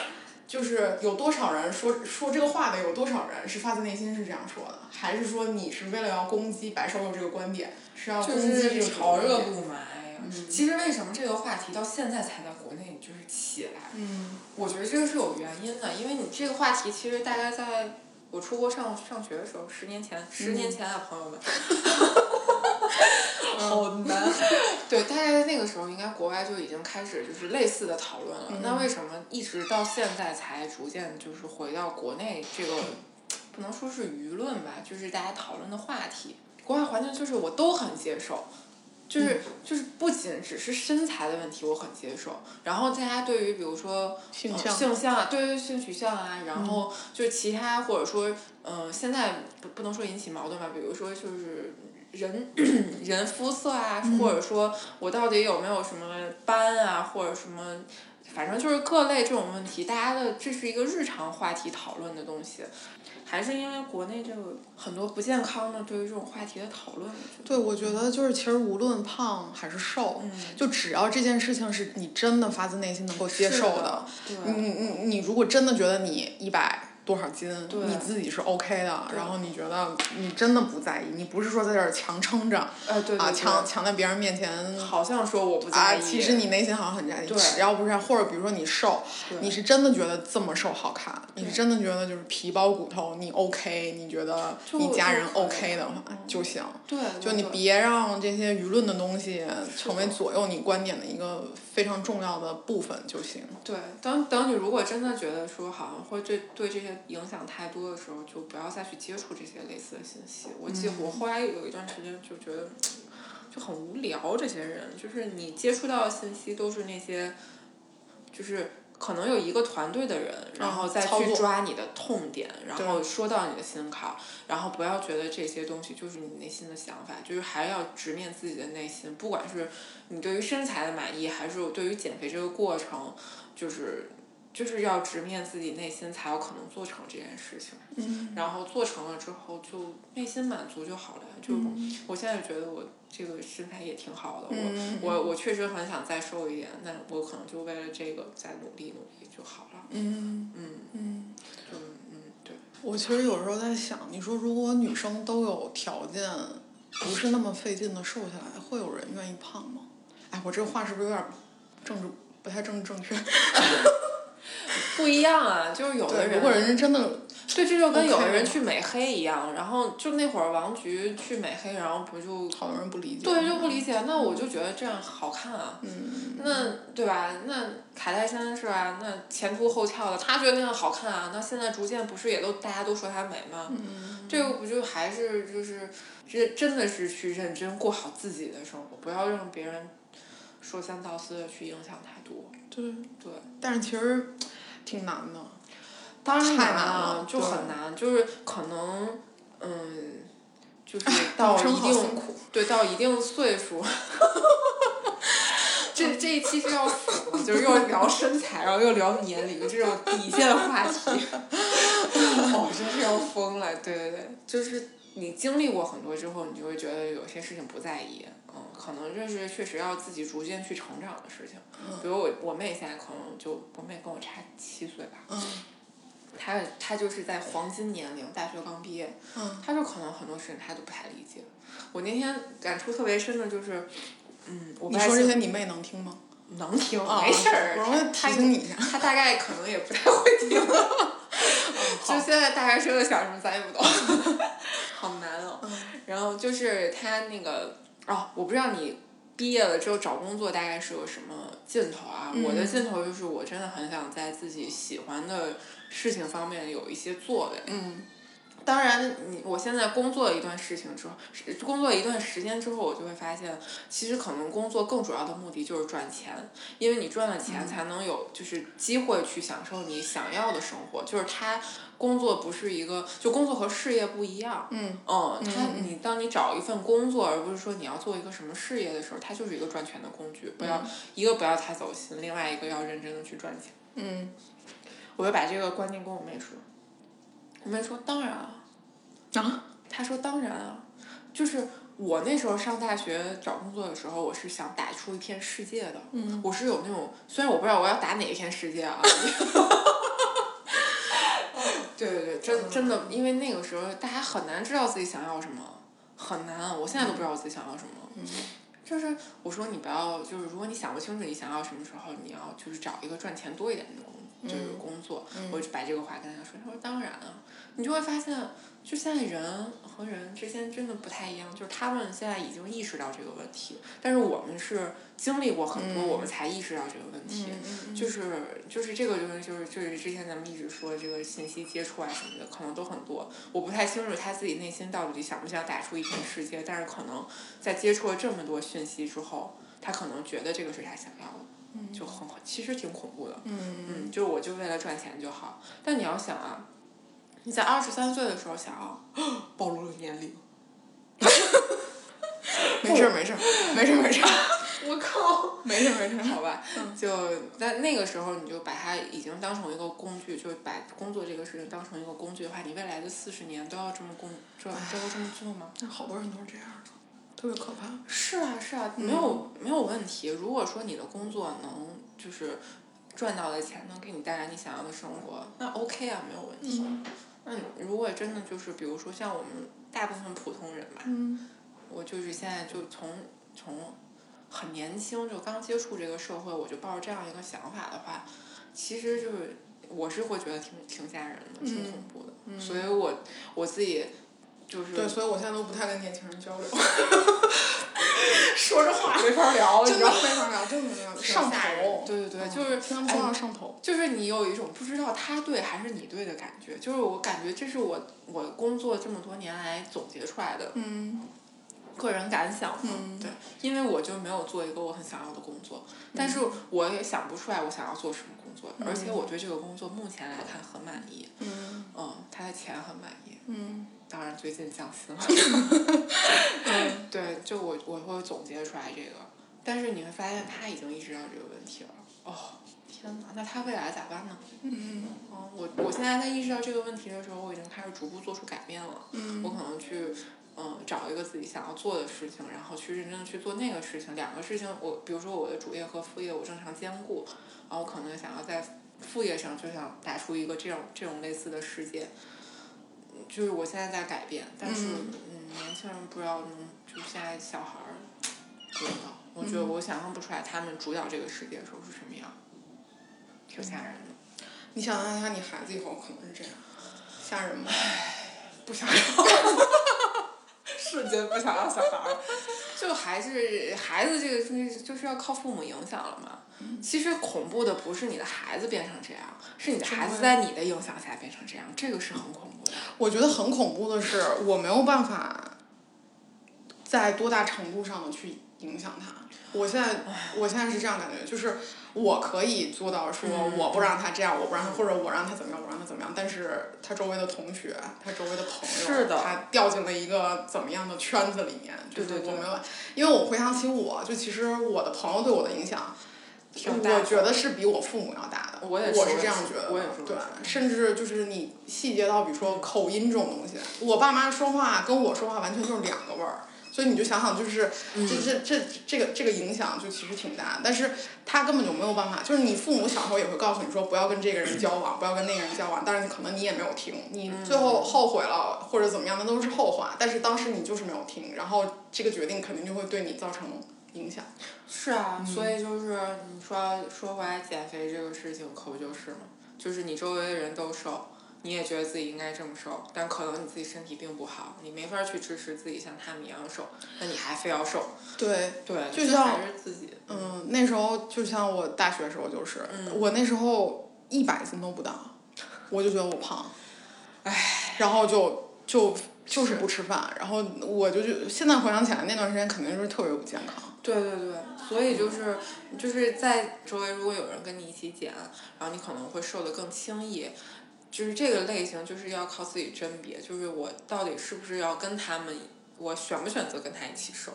就是有多少人说说这个话的，有多少人是发自内心是这样说的，还是说你是为了要攻击白瘦幼这个观点，是要攻击这个
炒
主流
热
观点嗯
度嘛，哎呀，其实为什么这个话题到现在才在国内就是起来？
嗯
我觉得这个是有原因的，因为你这个话题其实大概在我出国上上学的时候，十年前，十
嗯
年前啊，朋友们，好 难。对，大概在那个时候，应该国外就已经开始就是类似的讨论了。
嗯
那为什么一直到现在才逐渐就是回到国内这个，不能说是舆论吧，就是大家讨论的话题。国外环境就是我都很接受，就是、
嗯
就是不仅只是身材的问题我很接受，然后大家对于比如说
性
呃
向嗯
性向啊，对于性取向啊，然后就是其他或者说嗯、呃现在不不能说引起矛盾吧，比如说就是人人肤色啊，
嗯
或者说我到底有没有什么斑啊，或者什么。反正就是各类这种问题，大家的这是一个日常话题讨论的东西，还是因为国内这个很多不健康的对于这种话题的讨论，我觉得
对，我觉得就是其实无论胖还是瘦，
嗯
就只要这件事情是你真的发自内心能够接受的，
是的
你
对
你你你如果真的觉得你一百多少斤，
对
你自己是 OK 的，然后你觉得你真的不在意，你不是说在这儿强撑着
呃对对
啊，
对，
强强在别人面前
好像说我不在
啊，
意，
其实你内心好像很在意，
对
只要不是或者比如说你瘦，
对
你是真的觉得这么瘦好看，你是真的觉得就是皮包骨头你 OK，你觉得
就
你家
就
人
可以
OK 的话
嗯
就行。
对，
就你
对
别让这些舆论的东西成为
是的
左右你观点的一个非常重要的部分就行。
对，等等你如果真的觉得说好像会对对这些影响太多的时候，就不要再去接触这些类似的信息。我记
嗯
我后来有一段时间就觉得就很无聊，这些人就是你接触到的信息都是那些，就是。可能有一个团队的人，然后再
啊操
去
作
抓你的痛点，然
对
后说到你的心坎儿，然后不要觉得这些东西就是你内心的想法，就是还要直面自己的内心，不管是你对于身材的满意，还是对于减肥这个过程，就是就是要直面自己内心，才有可能做成这件事情。
嗯，
然后做成了之后，就内心满足就好了。就、我现在觉得我这个身材也挺好的，
嗯
我我我确实很想再瘦一点，但我可能就为了这个再努力努力就好了。
嗯
嗯，
嗯，
就嗯对，
我其实有时候在想，你说如果女生都有条件，不是那么费劲的瘦下来，会有人愿意胖吗？哎，我这话是不是有点政治不太政治正确？
不一样啊，就是有的
对，
人，
如果人家真的
对，这就跟有的
OK
人
吗
去美黑一样，然后就那会儿王菊去美黑，然后不就
好多人不理解，
对，就不理解。那我就觉得这样好看啊，
嗯
那对吧？那卡戴珊是吧？那前凸后翘的，她觉得那样好看啊。那现在逐渐不是也都大家都说她美吗？
嗯
这个不就还是就是认真的是去认真过好自己的生活，不要让别人说三道四的去影响太多。
对，
对，
但是其实挺难的，
当然
太难了
了，就
对
很难，就是可能嗯，就是
女
到
生
一
好辛
定
苦，
对，到一定岁数，这这一期是要数吗？就是又聊身材，然后又聊年龄这种底线话题。哦，真是要疯了！对对对，就是你经历过很多之后，你就会觉得有些事情不在意。嗯，可能这是确实要自己逐渐去成长的事情。比如我我妹现在可能就我妹跟我差七岁吧，
嗯
她她就是在黄金年龄，大学刚毕业，
嗯
他就可能很多事情他都不太理解。我那天感触特别深的就是，嗯，我不
你
太
说这
清
些你妹能听吗？
能听，
啊
没事儿。
我容易提
他
醒你一下
他大概可能也不太会听， 嗯就现在大学生在想什么咱也不懂， 好难哦。
嗯
然后就是他那个哦，我不知道你毕业了之后找工作大概是有什么劲头啊？我
嗯
的劲头就是我真的很想在自己喜欢的事情方面有一些作为。
嗯
当然，你我现在工作了一段事情之后，是工作了一段时间之后，我就会发现，其实可能工作更主要的目的就是赚钱，因为你赚了
嗯
钱才能有就是机会去享受你想要的生活。就是他工作不是一个，就工作和事业不一样。
嗯
嗯，他
嗯嗯
你当你找一份工作，而不是说你要做一个什么事业的时候，它就是一个赚钱的工具。
嗯
不要、一个不要太走心，另外一个要认真的去赚钱。
嗯，
我就把这个观念跟我妹说，我妹说当然啊。
啊，
他说：“当然啊，就是我那时候上大学找工作的时候，我是想打出一片世界的。
嗯
我是有那种，虽然我不知道我要打哪一片世 界啊。对对对，
嗯
真真的，因为那个时候大家很难知道自己想要什么，很难。啊我现在都不知道我自己想要什么。就是我说你不要，就是如果你想不清楚你想要什么时候，你要就是找一个赚钱多一点的工这个工作，我就把这个话跟他说，他说当然了，你就会发现，就现在人和人之间真的不太一样，就是他们现在已经意识到这个问题，但是我们是经历过很多，
嗯
我们才意识到这个问题，就是就是这个东西，就是就是之前咱们一直说这个信息接触啊什么的，可能都很多，我不太清楚他自己内心到底想不想打出一片世界，但是可能在接触了这么多讯息之后，他可能觉得这个是他想要的。就很其实挺恐怖的，
嗯
嗯，就是我就为了赚钱就好。但你要想啊，你在二十三岁的时候想要 暴露了年龄，
没事儿没事儿没事儿没事儿
我靠！
没事儿没事儿，
好吧，就在那个时候，你就把它已经当成一个工具，就是把工作这个事情当成一个工具的话，你未来的四十年都要这么工，这都要这么做吗？
但好多人都是这样的，特别可怕。
是啊，是啊，
嗯
没有、没有问题。如果说你的工作能就是赚到的钱能给你带来你想要的生活，那 OK 啊，没有问题。
嗯
那你如果真的就是，比如说像我们大部分普通人吧，
嗯
我就是现在就从从很年轻就刚接触这个社会，我就抱着这样一个想法的话，其实就是我是会觉得挺挺吓人的，挺
嗯
恐怖的。所以我我自己就是
对，所以我现在都不太跟年轻人交流，
说着话没法聊，你
真
知
的
道
没
吗？
法聊，真的没法聊，
挺
上
吓人
头。
对对对，就是
听他们说
哎
要上头。
就是你有一种不知道他对还是你对的感觉，就是我感觉这是我我工作这么多年来总结出来的
嗯
个人感想嘛，
嗯
对，因为我就没有做一个我很想要的工作，但是我也想不出来我想要做什么工作，而且我对这个工作目前来看很满意，
嗯
嗯，他的钱很满意，
嗯
当然最近降薪了，嗯，对，就我我会总结出来这个，但是你会发现他已经意识到这个问题了，哦，天哪，那他未来咋办呢？
嗯
嗯，我我现在在意识到这个问题的时候，我已经开始逐步做出改变了。
嗯
我可能去，嗯，找一个自己想要做的事情，然后去认真的去做那个事情。两个事情，我比如说我的主业和副业，我正常兼顾，然后我可能想要在副业上就想打出一个这种这种类似的世界。嗯就是我现在在改变，但是
嗯
嗯年轻人不知道能，就现在小孩儿不知道，我觉得我想象不出来他们主导这个世界的时候是什么样，
嗯
挺吓人的。
你想象一下，你孩子以后可能是这样，吓人吗？
不想要，瞬间不想要小孩儿， 就还是孩子这个东西就是要靠父母影响了嘛。其实恐怖的不是你的孩子变成这样，是你的孩子在你的影响下变成这样，这个是很恐怖的。
我觉得很恐怖的是，我没有办法在多大程度上的去影响他。我现在，我现在是这样感觉，就是我可以做到说，
嗯
我不让他这样，我不让他，或者我让他怎么样，我让他怎么样。但是他周围的同学，他周围的朋友，
是的
他掉进了一个怎么样的圈子里面，就是
对对
我没有，因为我回想起我，就其实我的朋友对我的影响，
挺大
我觉得是比我父母要大的。
我也是
我
我也
这样
是
觉得的，
我也是
对
我也，是
甚至就是你细节到，比如说口音这种东西，我爸妈说话跟我说话完全就是两个味儿，所以你就想想，就是
嗯
这这这这个这个影响就其实挺大，但是他根本就没有办法，就是你父母小时候也会告诉你说不要跟这个人交往，不要跟那个人交往，但是可能你也没有听，你最
嗯
后后悔了或者怎么样，那都是后话，但是当时你就是没有听，然后这个决定肯定就会对你造成影响。
是啊，所以就是你说说回来减肥这个事情，可不就是吗？就是你周围的人都瘦，你也觉得自己应该这么瘦，但可能你自己身体并不好，你没法去支持自己像他们一样瘦，那你还非要瘦，
对，
对，
就
这
像
还是自己，
嗯，那时候就像我大学时候就是，我那时候一百斤都不到，我就觉得我胖，唉，然后就就就是不吃饭，然后我就就现在回想起来那段时间肯定是特别不健康，
对对对，所以就是就是在周围，如果有人跟你一起减，然后你可能会瘦得更轻易。就是这个类型，就是要靠自己甄别，就是我到底是不是要跟他们，我选不选择跟他一起瘦，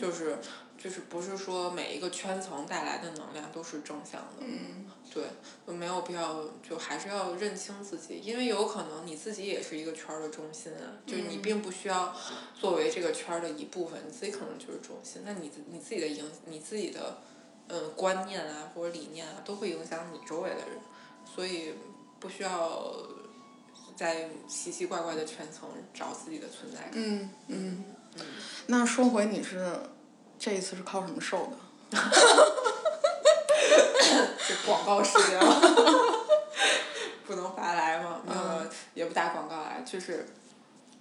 就是就是不是说每一个圈层带来的能量都是正向的，
嗯
对，就没有必要，就还是要认清自己，因为有可能你自己也是一个圈儿的中心啊，就是你并不需要作为这个圈儿的一部分，你自己可能就是中心，那你自你自己的影，你自己的嗯观念啊或者理念啊，都会影响你周围的人，所以不需要在奇奇怪怪的圈层找自己的存在感。
嗯嗯，那说回你是这一次是靠什么瘦的？
这广告时间了。 不能发来吗？没有，
嗯
也不打广告啊，就是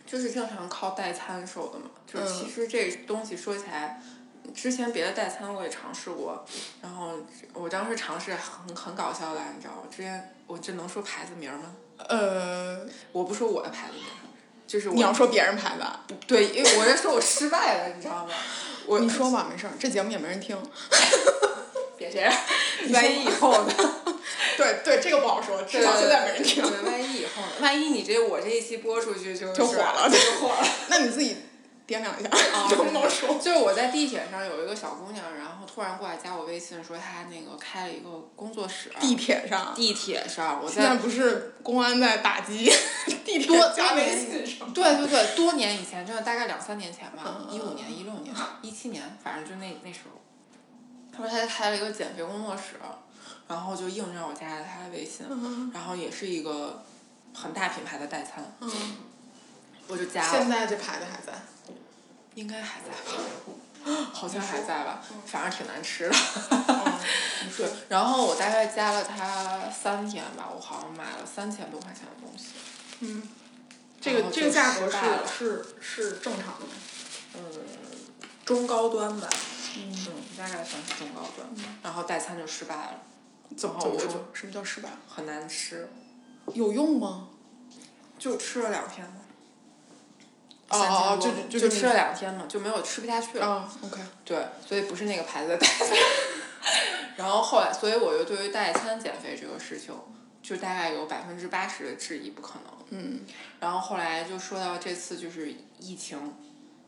就是正常靠代餐瘦的嘛。就是
嗯
其实这东西说起来，之前别的代餐我也尝试过，然后我当时尝试很很搞笑的，你知道吗？之前我这能说牌子名儿吗？
呃，
我不说我的牌子名儿，就是我
你要说别人牌子啊，
对，因为我在说我失败了，你知道吗？我
你说吧，没事儿，这节目也没人听。
别这样，万一以后呢？
对对，这个不好说， 至少现在没人听。
对万一以后呢？万一你这我这一期播出去就
就火了
就火了。
那你自己掂量一下，
啊
能不能说？
就是我在地铁上有一个小姑娘，然后突然过来加我微信，说她那个开了一个工作室。
地铁上，
地铁上，我
现在
在
不是公安在打击 地铁
多
加
多
微
年
信上吗？
对对对，多年以前，真的大概两三年前吧，
嗯
一五年、一六年、一七年，反正就那那时候，她说她开了一个减肥工作室，然后就硬让我加了她的微信，
嗯
然后也是一个很大品牌的代餐，
嗯，
我就 加
现
了，
在这牌子还在。
应该还在吧，好像还在吧，
嗯
反正挺难吃的。哦
你说
对，然后我大概加了他三天吧，我好像买了三千多块钱的东西。
嗯， 这
然后
个这个
就
价格
失败了
是是是正常的吗？呃
嗯，中高端吧。嗯，大概算是中高端。然后代餐就失败了，
怎么
然后哦我
怎
就
么说？什么叫失败？
很难吃，
有用吗？
就吃了两天嘛。
哦
三千
哦就
多嘛
就
就哦
就
吃了两天嘛，就没有吃不下去了。
啊，OK，
对，所以不是那个牌子的 代餐。然后后来，所以我就对于代餐减肥这个事情，就大概有百分之八十的质疑不可能。
嗯
然后后来就说到这次就是疫情，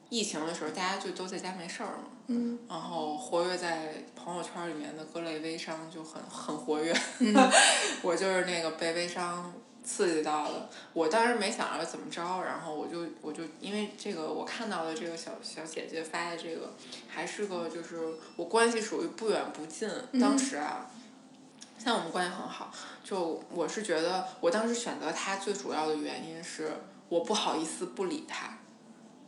疫情的时候大家就都在家没事儿嘛，
嗯
然后活跃在朋友圈里面的各类微商就很很活跃，
嗯
我就是那个被微商刺激到了。我当时没想着怎么着，然后我就我就因为这个我看到的这个小小姐姐发的这个，还是个就是我关系属于不远不近，当时啊。像我们关系很好，就我是觉得，我当时选择她最主要的原因是我不好意思不理她。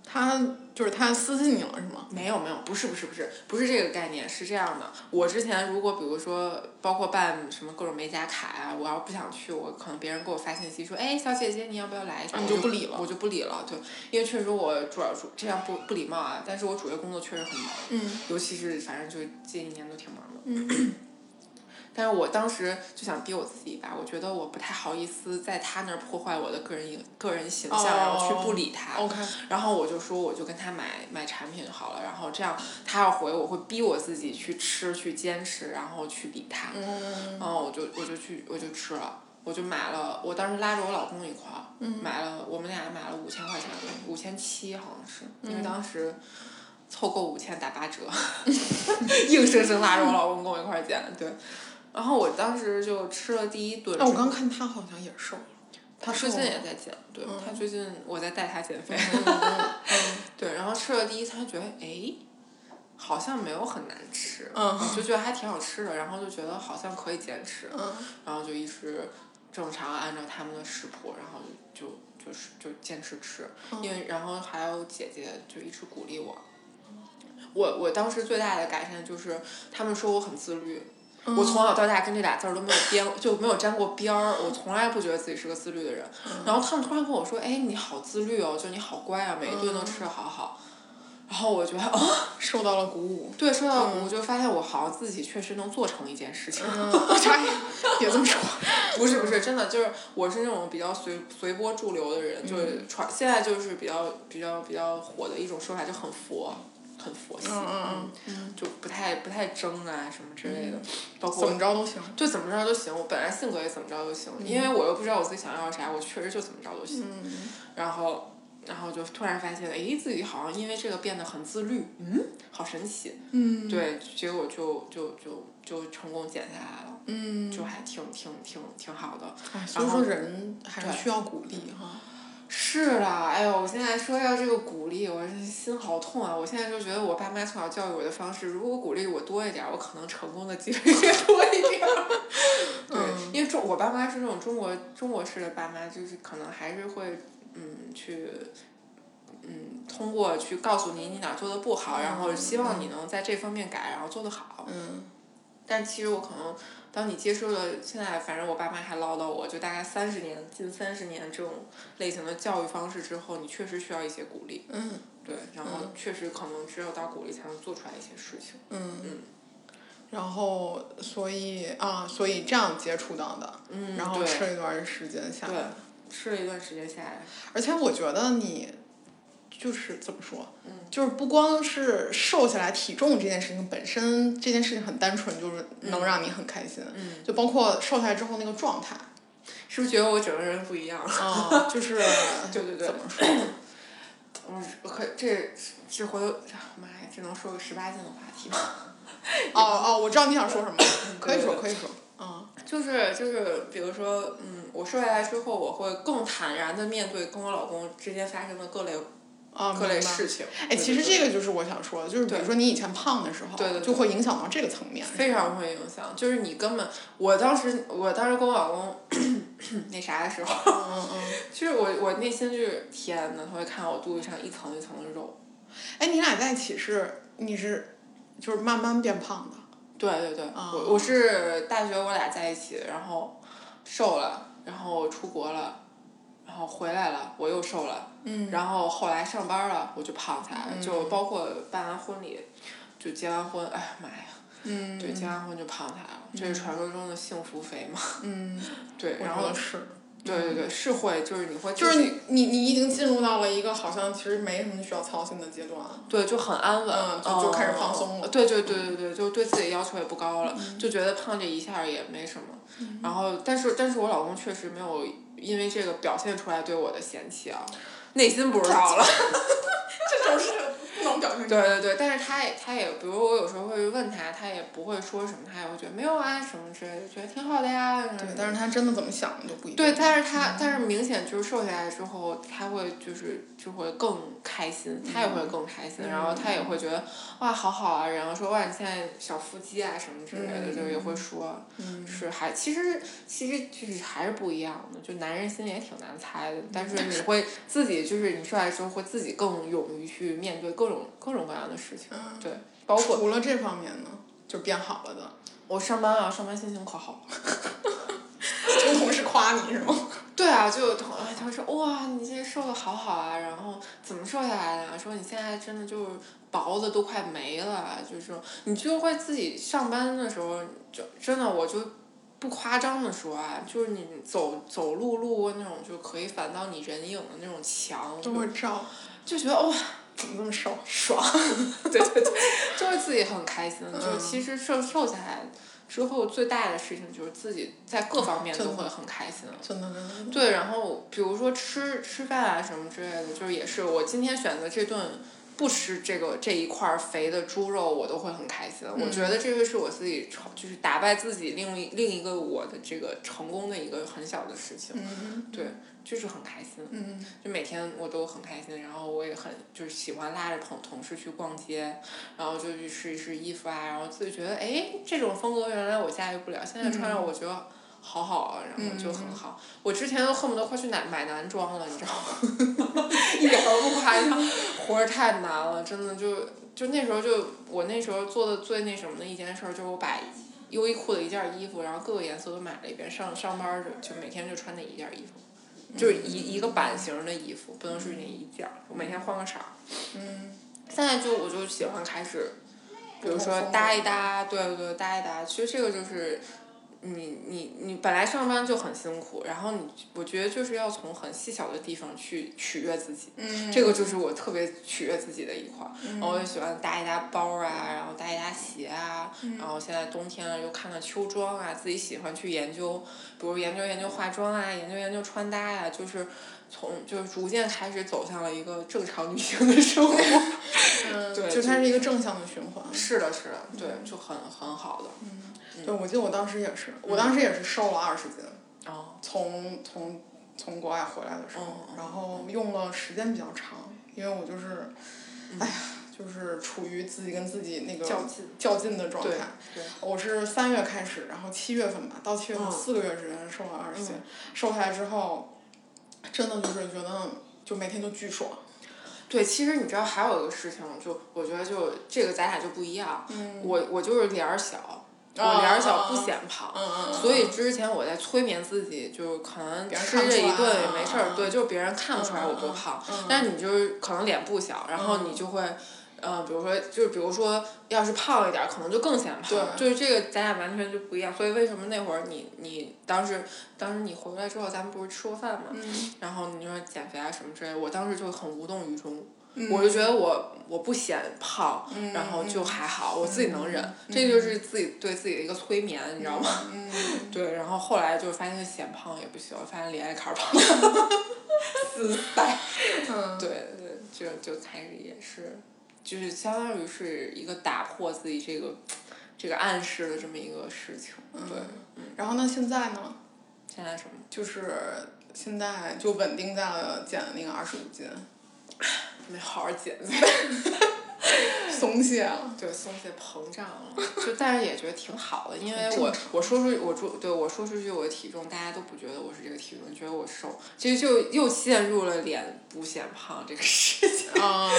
他就是他私信你了是吗？
没有没有，不是不是不是不是这个概念，是这样的。我之前如果比如说包括办什么各种美甲卡啊，我要不想去，我可能别人给我发信息说，哎，小姐姐你要不要来一下？
啊你
我
就
就
不理了
我就不理了。对，因为确实我主要主这样不不礼貌啊，但是我主要工作确实很忙，
嗯
尤其是反正就这一年都挺忙的。
嗯
但是我当时就想逼我自己吧，我觉得我不太好意思在他那儿破坏我的个人影个人形象，然后去不理他。
，OK，
然后我就说，我就跟他买买产品好了，然后这样他要回，我会逼我自己去吃，去坚持，然后去理他。
嗯
然后我就我就去我就吃了，我就买了，我当时拉着我老公一块儿、
嗯
买了，我们俩买了五千块钱的东西，五千七好像是，
嗯
因为当时凑够五千打 八折，硬生生拉着我老公跟我一块儿减，对。然后我当时就吃了第一顿之
那
后，
我刚看他好像也瘦了，
他
他
最
瘦
近
了嗯
也在减，对、他最近我在带他减肥。 对，然后吃了第一餐，觉得哎，好像没有很难吃，
嗯
就觉得还挺好吃的，然后就觉得好像可以坚持，
嗯
然后就一直正常按照他们的食谱，然后就就是就坚持吃，
嗯
因为然后还有姐姐就一直鼓励我。我我当时最大的改善就是，他们说我很自律，
嗯
我从小到大跟这俩字儿都没有边，就没有沾过边儿，我从来不觉得自己是个自律的人。
嗯
然后他们突然跟我说：“哎，你好自律哦，就你好乖啊，每一顿
嗯
都吃的好好。”然后我觉得，哦，
受到了鼓舞。
对，说到我就发现我好像自己确实能做成一件事情。
嗯， 哎别这 么说。
不是不是，真的就是我是那种比较随随波逐流的人，
嗯
就是传现在就是比较比较比较火的一种说法，就很佛，很佛系，
嗯嗯
嗯，就不太不太争啊什么之类的，包括
怎么着都行。
就怎么着都行，我本来性格也怎么着都行，因为我又不知道我自己想要啥，我确实就怎么着都行。
嗯，
然后，然后就突然发现，诶，自己好像因为这个变得很自律，嗯，好神奇。
嗯，
对，结果就就就就成功减下来了，
嗯，
就还挺挺挺挺好的。
哎所以
然后
说人还是需要鼓励哈。
是的，哎呦，我现在说到这个鼓励，我是心好痛啊！我现在就觉得我爸妈从小教育我的方式，如果鼓励我多一点儿，我可能成功的几率也多一点儿。 对，
嗯
因为中我爸妈是那种中国中国式的爸妈，就是可能还是会嗯去。嗯，通过去告诉你你哪儿做的不好，然后希望你能在这方面改，然后做得好。
嗯
但其实我可能当你接受了现在，反正我爸妈还唠叨我，就大概三十年近三十年这种类型的教育方式之后，你确实需要一些鼓励，
嗯
对，然后确实可能只有到鼓励才能做出来一些事情，
嗯
嗯。
然后，所以啊，所以这样接触到的，
嗯
然后
对
吃了一段时间下
对
来，，
吃了一段时间下来，
而且我觉得你就是怎么说，
嗯
就是不光是瘦下来体重这件事情本身，这件事情很单纯，就是能让你很开心，
嗯
就包括瘦下来之后那个状态，
是不是觉得我整个人不一样了？
啊，就是
哦对对对
怎么说，
嗯，可这这回头，妈呀，这能说个十八禁的话题吗？
哦哦，我知道你想说什么，可以说
嗯对对对
可以说，啊，
就是就是，比如说，嗯，我瘦下来之后，我会更坦然的面对跟我老公之间发生的各类
啊，
各类
明白
事情。
哎，其实这
个
个就是我想说的，就是比如
对
说你以前胖的时候，
对对对
就会影响到这个层面。
非常会影响，就是你根本，我当时我当时跟我老公 那啥的时候，
嗯嗯嗯。
就是我我内心就是天呐，他会看到我肚子上一层一层的肉。
哎，你俩在一起是你是就是慢慢变胖的。
对对对，
啊
我我是大学我俩在一起，然后瘦了，然后我出国了，然后回来了，我又瘦了。
嗯
然后后来上班了，我就胖起来了，就包括办完婚礼，就结完婚，哎呀妈呀，
嗯
对，结完婚就胖起来了，这是传说中的幸福肥嘛？
嗯，
对，
我
然
觉
后
得是，嗯
对对对，是会，就是你会
就
就是
你你你已经进入到了一个好像其实没什么需要操心的阶段。
对就很安稳，哦
嗯就就开始放松了嗯
对对对对对，就对自己要求也不高了，就觉得胖这一下儿也没什么。然后，但是但是我老公确实没有因为这个表现出来对我的嫌弃啊，内心不知道了。
这种事不能表现出
对
来。
对对，但是他也他也，比如我有时候会问他，他也不会说什么，他也会觉得没有啊什么之类的，觉得挺好的呀。
对，
对
但是他真的怎么想的都不一定。
对，但是他但是明显就是瘦下来之后，他会就是就会更开心，他也会更开心，然后他也会觉得哇好好啊，然后说哇你现在小腹肌啊什么之类的，就也会说，是还其实其实就是还是不一样的，就男人心里也挺难猜的，但是你会自己就是你瘦下来之后会自己更勇于去面对各种各种各样的事情，对，包括
除了这方面呢，就变好了 的。
我上班啊，上班心情可好了。
就同事夸你是吗？
对啊，就有同他说哇，你这瘦的好好啊，然后怎么瘦下来的、啊？说你现在真的就是薄的都快没了，啊就是你就会自己上班的时候，就真的我就不夸张的说啊，就是你走走路路过那种就可以反倒你人影的那种墙，
都
就
会照，
就觉得哇、
怎么这么瘦？
爽，对对对，就会自己很开心。
嗯
就是其实瘦瘦下来之后，最大的事情就是自己在各方面都
真的
会很开心。啊
真的真的。
对，然后比如说吃吃饭啊什么之类的，就是也是我今天选择这顿不吃这个这一块儿肥的猪肉，我都会很开心。我觉得这个是我自己成就是打败自己另一另一个我的这个成功的一个很小的事情，
嗯
对，就是很开心。
嗯
就每天我都很开心，然后我也很就是喜欢拉着同同事去逛街，然后就去试一试衣服啊，然后自己觉得哎，这种风格原来我驾驭不了，现在穿上我觉得好好啊，然后就很好。我之前都恨不得快去买买男装了，你知道吗？ 一点都不夸张，活着太难了，真的就就那时候就我那时候做的最那什么的一件事儿，就是我把。优衣库的一件衣服，然后各个颜色都买了一遍，上上班儿就就每天就穿那一件衣服。就是一一个版型的衣服，不能是那一件儿，我每天换个色儿。
嗯
现在就我就喜欢开始，比
不
如
同
说
风格
搭一搭，对对对，搭一搭。其实这个就是你你你本来上班就很辛苦，然后你我觉得就是要从很细小的地方去取悦自己。
嗯。
这个就是我特别取悦自己的一块儿，然后我就喜欢搭一搭包啊，然后搭一搭鞋啊，
嗯
然后现在冬天了又看看秋装啊，自己喜欢去研究，比如研究研究化妆啊，研究研究穿搭呀、就是从就是逐渐开始走向了一个正常女性的生活。
嗯
对
就
就
它是一个嗯正向的循环。
是的，是的，对，就很很好的。
嗯对，我记得我当时也是，我当时也是瘦了二十斤，
哦，
从从从国外回来的时候
嗯，嗯
然后用了时间比较长，因为我就是，哎呀，就是处于自己跟自己那个
嗯较劲
较劲的状
对
态。
对，
我是三月开始，然后七月份吧，到七月份
嗯
四个月时间瘦了二十斤
嗯，
瘦下来之后，真的就是觉得就每天都巨爽。
对，其实你知道
嗯
还有一个事情，就我觉得就这个咱俩就不一样。我我就是脸儿小，
啊
我脸儿小
啊
不
啊
显胖。
嗯嗯，
所以之前我在催眠自己，就可能
别人
吃
看不
这
出
一
来
顿
啊
也没事儿
啊，
对，就是别人看不出来我
嗯
多
嗯嗯
胖
嗯，
但是你就是可能脸不小，然后
嗯
你就会。嗯，比如说，就是比如说，要是胖一点儿，可能就更显胖。
对
就是这个，咱俩完全就不一样。所以为什么那会儿你你当时当时你回来之后，咱们不是吃过饭嘛？
嗯
然后你说减肥啊什么之类的，我当时就很无动于衷。
嗯
我就觉得我我不显胖，
嗯
然后就
嗯
还好，我自己能忍。
嗯
这就是自己对自己的一个催眠，你知道吗？
嗯，
对，然后后来就发现显胖也不行，发现连爱坎儿胖，死塞。
嗯
对对，就就开始也是，就是相当于是一个打破自己这个这个暗示的这么一个事情。对，
嗯然后呢，现在呢，
现在什么？
就是现在就稳定在了减那个二十五斤，
没好好减肥，
松懈了。
对，松懈膨胀了， 就但是也觉得挺好的，因为
正
我我说出去，我说对我说出去我的体重，大家都不觉得我是这个体重，觉得我瘦，其实就又陷入了脸不显胖这个事情。
啊、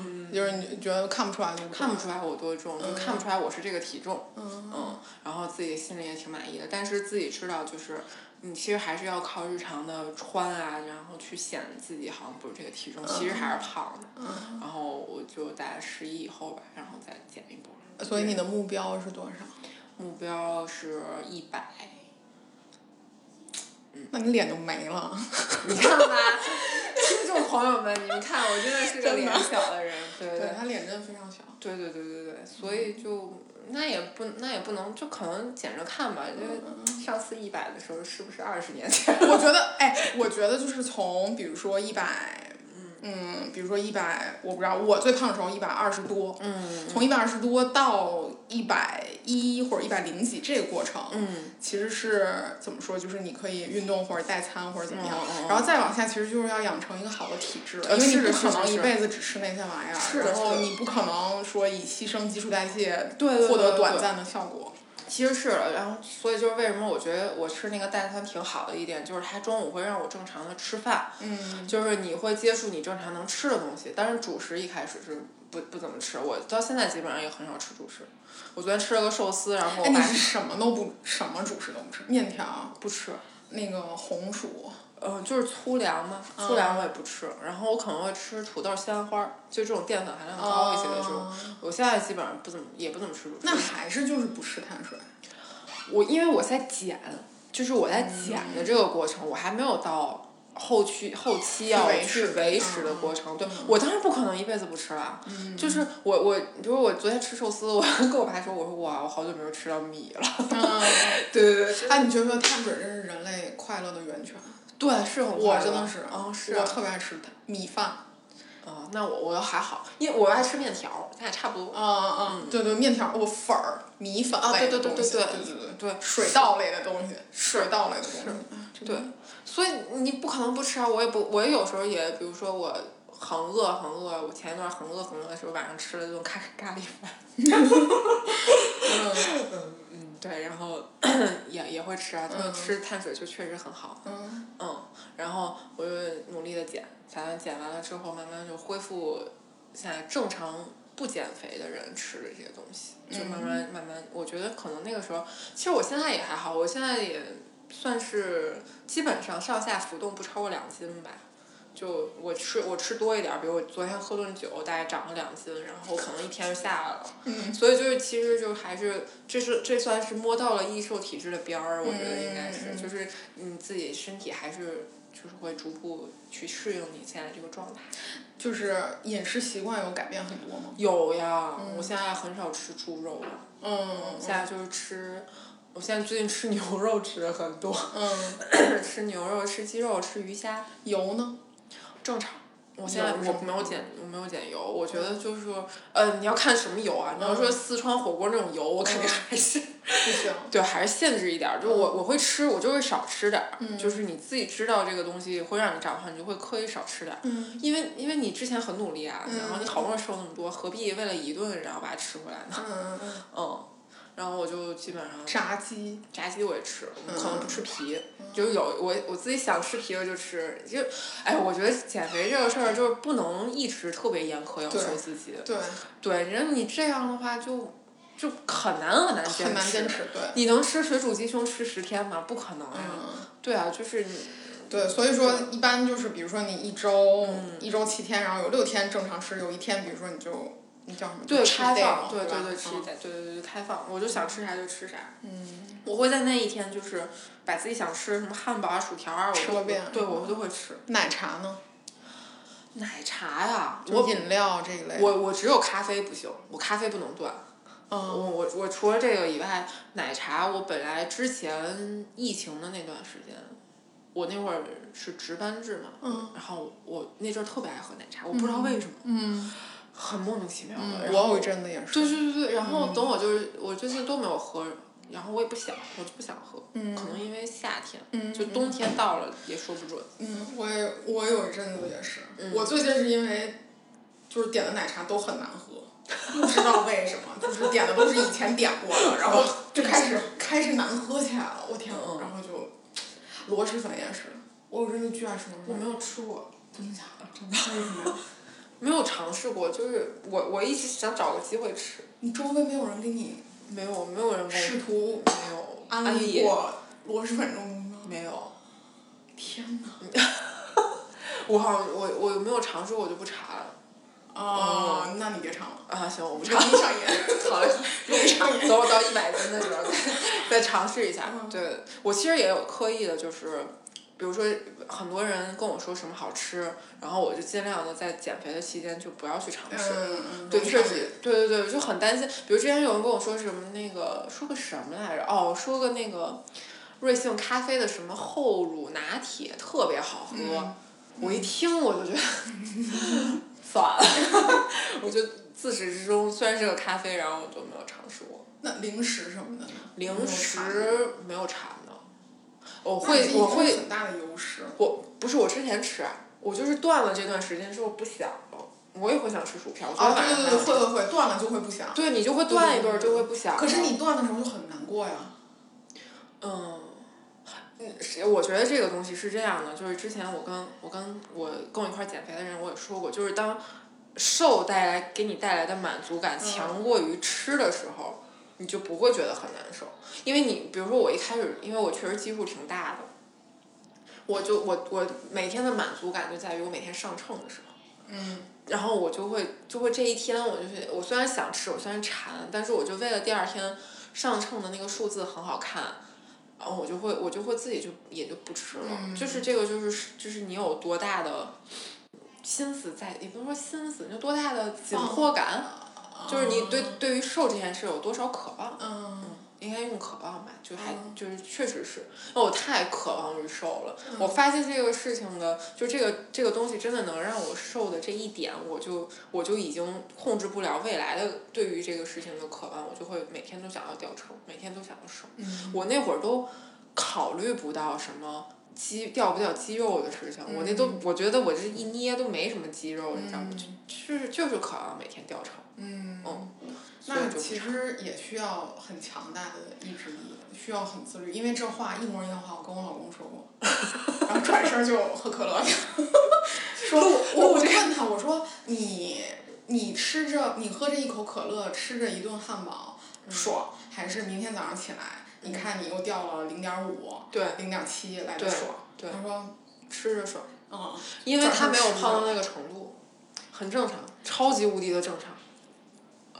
嗯，就是你觉得看不出来就
看不出来我多重，就看不出来我是这个体重，
嗯
嗯，然后自己心里也挺满意的，但是自己知道就是，你其实还是要靠日常的穿啊，然后去显自己好像不是这个体重，其实还是胖的，然后我就在十一以后吧，然后再减一波，
所以你的目标是多少？
目标是一百，
那你脸就没了。
你看吧， 听众朋友们，你们看我真的是个
真的
脸小的人，对对
对，他脸真的非常小。
对对对对对，所以就那也不那也不能，就可能捡着看吧。因
嗯
为上次一百的时候是不是二十年前？
我觉得，哎，我觉得就是从比如说一百，嗯，比如说一百，我不知道，我最胖的时候一百二十多，
嗯
从一百二十多到一百一或者一百零几这个过程，
嗯
其实是怎么说？就是你可以运动或者代餐或者怎么样，
嗯嗯嗯
然后再往下，其实就是要养成一个好的体质，
呃
因为你
是的
不可
是的
能
是
一
的
辈子只吃那些玩意
是
儿，
的
然后
是的
你不可能说以牺牲基础代谢
对对对
获得
对
短
对
暂的效果。
其实是的。然后所以就是为什么我觉得我吃那个代餐挺好的一点，就是它中午会让我正常的吃饭，
嗯
就是你会接触你正常能吃的东西。但是主食一开始是不不怎么吃，我到现在基本上也很少吃主食。我昨天吃了个寿司，然后
哎，
我
你
爸
是什么都不什么主食都不吃，面条、
不吃。
那个红薯，
呃，就是粗粮嘛，
嗯
粗粮我也不吃，然后我可能会吃土豆、西兰花儿，就这种淀粉含量高一些的这种。
哦
我现在基本上不怎么，也不怎么吃主食。
那还是就是不吃碳水。
我因为我在减，就是我在减的这个过程，我还没有到后期后期要
维
去
持嗯
维持的过程。对，我当然不可能一辈子不吃了。就是我我，比如我昨天吃寿司，我跟我爸说，我说哇，我好久没有吃到米了。啊对对对，
哎，你觉不觉得碳水真是人类快乐的源泉？
对是很
我
快
真
乐
的是，
嗯是
我
啊
特别爱吃碳米饭。
哦，那我我还好，因为我爱吃面条儿，咱俩差不多。
嗯嗯，对对，面条、我粉儿、米粉
啊
类
对
的
对
东西，
对对
对
对
对
对
水稻类的东西，水稻类的东西，
对，所以你不可能不吃啊！我也不，我也有时候也，比如说我很饿很饿，我前一段很饿很饿的时候，晚上吃了顿咖咖喱饭。嗯嗯对，然后也也会吃啊，就是吃碳水就确实很好。
嗯，
嗯，然后我就努力的减，打算减完了之后慢慢就恢复现在正常不减肥的人吃的这些东西，就慢慢、慢慢，我觉得可能那个时候，其实我现在也还好，我现在也算是基本上上下浮动不超过两斤吧。就我吃我吃多一点儿，比如我昨天喝顿酒，大概长了两斤，然后可能一天就下来了。
嗯
所以就是其实就还是这是这算是摸到了易瘦体质的边儿，我觉得应该是，
嗯嗯
就是你自己身体还是就是会逐步去适应你现在这个状态。
就是饮食习惯有改变很多吗？
有呀，我现在很少吃猪肉了，
嗯
现在就是吃，我现在最近吃牛肉吃的很多，
嗯，
吃牛肉、吃鸡肉、吃鱼虾，
油呢？
正常。我现在
油是
我
吗
没有减，我没有减油。我觉得就是说，呃，你要看什么油啊？你要说四川火锅那种油，我肯定还是。
不行，
对，还是限制一点儿。就我我会吃，我就会少吃点儿。就是你自己知道这个东西会让你长胖，你就会刻意少吃点儿。
嗯
因为因为你之前很努力啊，然后你好不容易瘦那么多，何必为了一顿然后把它吃回来呢？
嗯嗯，
嗯，然后我就基本上
炸鸡，
炸鸡我也吃，可能不
嗯
吃皮，就是有我我自己想吃皮我就吃，就哎，我觉得减肥这个事儿就是不能一直特别严苛要求
对
自己。
对，
对，人你这样的话就就很难很难坚持。嗯
很难坚持，对。
你能吃水煮鸡胸吃十天吗？不可能呀、
嗯
对啊，就是你
对，所以说一般就是，比如说你一周、
嗯
一周七天，然后有六天正常吃，有一天比如说你就你叫什么？
对
cheat
开
day 嘛
放，对
对吧
对对，吃一
嗯
点，对对对开放，我就想吃啥就吃啥。
嗯，
我会在那一天就是把自己想吃什么汉堡啊、薯条啊，我
吃
都
个
会
遍嗯
对我都会吃。
奶茶呢？
奶茶呀、
就
我
饮料这一类。
我我只有咖啡不行，我咖啡不能断。我
嗯
我我除了这个以外，奶茶我本来之前疫情的那段时间，我那会儿是值班制嘛，
嗯
然后我那阵儿特别爱喝奶茶，我不知道为什么，
嗯，
很莫名其妙的。
嗯
然
我
后
有一阵嗯子也是。
对对对对，然后等我就是我这次都没有喝，然后我也不想，我就不想喝，
嗯
可能因为夏天，
嗯
就冬天到了也说不准。
嗯，我也我有一阵子也是，
嗯
我最近是因为就是点的奶茶都很难喝，不知道为什么， 就是点的都是以前点过的，然后就开始开始难喝起来了，我天
哦嗯，
然后就螺蛳粉也是，我有阵子巨爱吃螺
我
蛳
没
粉，
有吃过，
真的假的？真的？为什么？
没有尝试过，就是我我一直想找个机会吃，
你周围没有人给你
没有没有人跟
试
我
图
没有
安利
利
过螺蛳粉这种东西吗？
没有。嗯
天哪！
我好像我我没有尝试过，我就不查了。
啊，那你别尝了，
啊，行，我不
容
尝。
易上 瘾，
好嘞，
容易上瘾。
等我到一百斤的时候再再尝试一下。
嗯
对，我其实也有刻意的，就是比如说很多人跟我说什么好吃，然后我就尽量的在减肥的期间就不要去尝试。
嗯嗯，
对，
容易
确
上瘾
实，对对对，就很担心。比如之前有人跟我说什么那个说个什么来着？哦，说个那个瑞幸咖啡的什么厚乳拿铁特别好喝，
嗯
我一听我就 觉得算了， 我就自始至终虽然是个咖啡，然后我就没有尝试过
那零食什么的呢？
零食
有没有尝，
没有馋的，我
那
会
你
我
有
会
很大的优势。
我不是我之前吃啊，我就是断了这段时间之后不想了，我也会想吃薯条，我昨
啊，
天晚
对对对，
上还有
会会会，断了就会不想。
对你就会断一顿儿，就会不想了。
可是你断的时候就很难过呀。
嗯，嗯，是我觉得这个东西是这样的，就是之前我跟我跟我跟我一块儿减肥的人，我也说过，就是当瘦带来给你带来的满足感强过于吃的时候，你就不会觉得很难受，因为你比如说我一开始，因为我确实基数挺大的，我就我我每天的满足感就在于我每天上秤的时候。
嗯
然后我就会就会这一天，我就是我虽然想吃，我虽然馋，但是我就为了第二天上秤的那个数字很好看，然后我就会我就会自己就也就不吃了。
嗯
就是这个就是就是你有多大的心思在，也不是说心思，你就多大的紧迫感，就是你对对于瘦这件事有多少渴望。
嗯
应该用渴望吧，就还、
嗯
就是确实是，那我太渴望于瘦了。我发现这个事情的，就这个这个东西真的能让我瘦的这一点，我就我就已经控制不了未来的对于这个事情的渴望，我就会每天都想要掉秤，每天都想要瘦。
嗯
我那会儿都考虑不到什么肌掉不掉肌肉的事情，我那都我觉得我这一捏都没什么肌肉，你知道吗？
嗯
就是就是渴望每天掉秤，
嗯
嗯，所以
那
就不
其
查
实也需要很强大的意志力，需要很自律，因为这话一模一样的话，我跟我老公说 过，然后转身就喝可乐去了。 说我我就问他，我说你你吃着你喝着一口可乐，吃着一顿汉堡，
嗯
爽，还是明天早上起来，你看你又掉了零点五，
对
零点七来的
对
爽？
对
他说，
吃着爽。
嗯，
因为
早
他
上
没有
吃
胖到
的
那个程度，很正常，超级无敌的正常。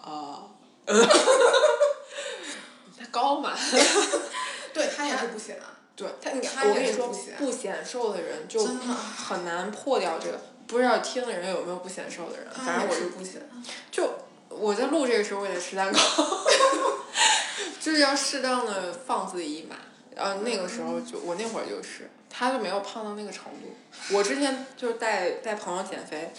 哦
啊、他 高嘛？
对他也是不显。
对，
他
你
他
看，我跟
也
你
是
说
不显，
不显瘦的人就
真的啊
很难破掉这个。不知道听的人有没有不显瘦的人，啊反
反正
正我
我
就是嗯
不行。
就我在录这个时候，我也吃蛋糕， 就是要适当的放自己一马。呃，那个时候就我那会儿就是，他就没有胖到那个程度。我之前就是带带朋友减肥，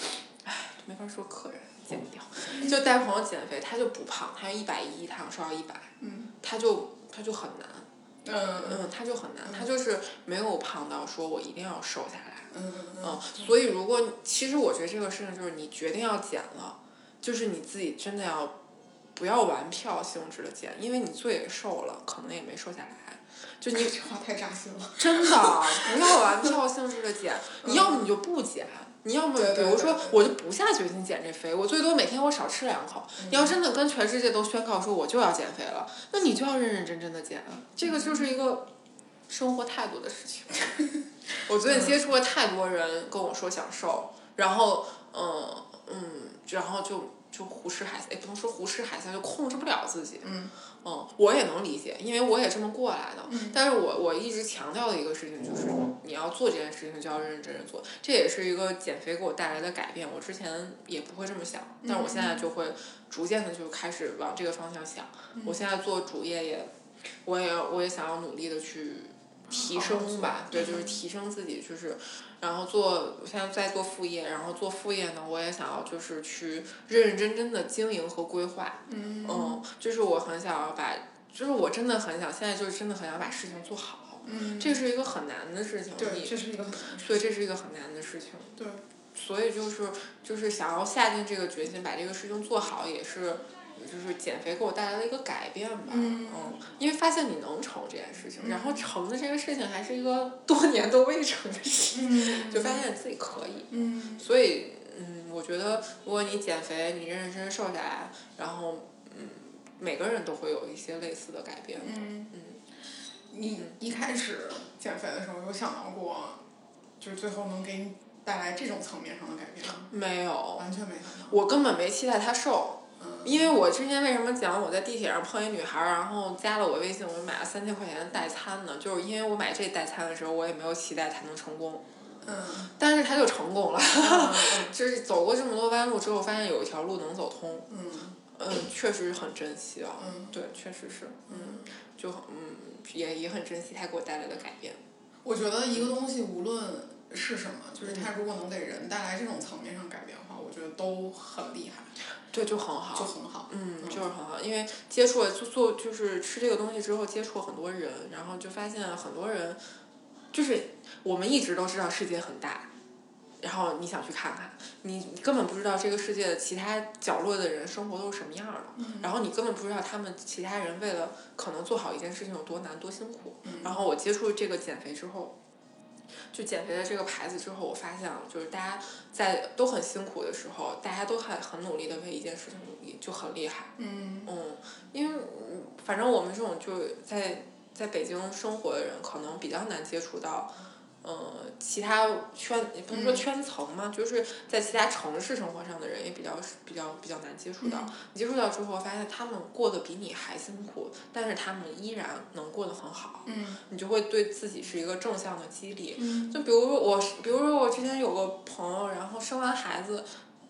唉，没法说客人减不掉，就带朋友减肥，他就不胖，他一百一，他想瘦到一百，
嗯
他就他就很难，
嗯
嗯，他就很难，他就是没有胖到说我一定要瘦下来。
嗯
嗯，所以如果其实我觉得这个事情就是你决定要减了，就是你自己真的要不要玩票性质的减，因为你最瘦了，可能也没瘦下来。就 你
这话太扎心了。
真的不要玩票性质的减，你要么你就不减，你要么
嗯对对
比如
对
说
对
我就不下决心减这肥，我最多每天我少吃两口。
嗯
你要真的跟全世界都宣告说我就要减肥了，那你就要认认真真的减啊，这个就是一个生活态度的事 情。我最
嗯
近接触了太多人跟我说想瘦，然后嗯嗯，然后就就胡吃海塞，也不能说胡吃海塞，就控制不了自己。
嗯
嗯，我也能理解，因为我也这么过来的。但是我我一直强调的一个事情就是，你要做这件事情就要认认真真做，这也是一个减肥给我带来的改变。我之前也不会这么想，但是我现在就会逐渐的就开始往这个方向想。我现在做主业也，我也我也想要努力的去提升吧，对，就是提升自己，就是，然后做我现在在做副业，然后做副业呢，我也想要就是去认认真真的经营和规划，
嗯
嗯，就是我很想要把，就是我真的很想，现在就是真的很想把事情做好，
嗯，
这嗯是一个很难的事情，
对，
你
这是一个很难的事
对，这是一个很难的事情，
对，
所以就是就是想要下定这个决心把这个事情做好，也是就是减肥给我带来的一个改变吧，
嗯
因为发现你能成这件事情，然后成的这个事情还是一个多年都未成的事情，
嗯
就发现自己可以，
嗯
所以，嗯，我觉得如果你减肥，你认认真真瘦下来，然后，嗯，每个人都会有一些类似的改变。
嗯
嗯，
你一开始减肥的时候有想到过，就是最后能给你带来这种层面上的改变吗？
没有，
完全没想到。
我根本没期待他瘦，
嗯
因为我之前为什么讲我在地铁上碰一女孩儿，然后加了我微信，我就买了三千块钱的代餐呢？就是因为我买这代餐的时候，我也没有期待它能成功，
嗯
但是它就成功了。
嗯
就是走过这么多弯路之后，发现有一条路能走通，
嗯
嗯，确实很珍惜啊。
嗯
对，确实是，嗯。
嗯，
就很嗯，也也很珍惜它给我带来的改变。
我觉得一个东西无论是什么，就是它如果能给人带来这种层面上改变的话，我觉得都很厉害，
对，就很
就
好。
很好。
嗯，
嗯
就是很好，因为接触了就做就是吃这个东西之后，接触了很多人，然后就发现很多人，就是我们一直都知道世界很大，然后你想去看看，你你根本不知道这个世界的其他角落的人生活都是什么样的，
嗯
然后你根本不知道他们其他人为了可能做好一件事情有多难多辛苦。
嗯
然后我接触这个减肥之后，就减肥的这个牌子之后，我发现了，就是大家在都很辛苦的时候，大家都很很努力的为一件事情努力，就很厉害。
嗯
嗯，因为嗯反正我们这种就是在在北京生活的人，可能比较难接触到。呃，其他圈也不能说
嗯
圈层嘛，就是在其他城市生活上的人也比较比较比较难接触到。
嗯
你接触到之后，发现他们过得比你还辛苦，但是他们依然能过得很好。
嗯
你就会对自己是一个正向的激励。
嗯
就比如说我，比如说我之前有个朋友，然后生完孩子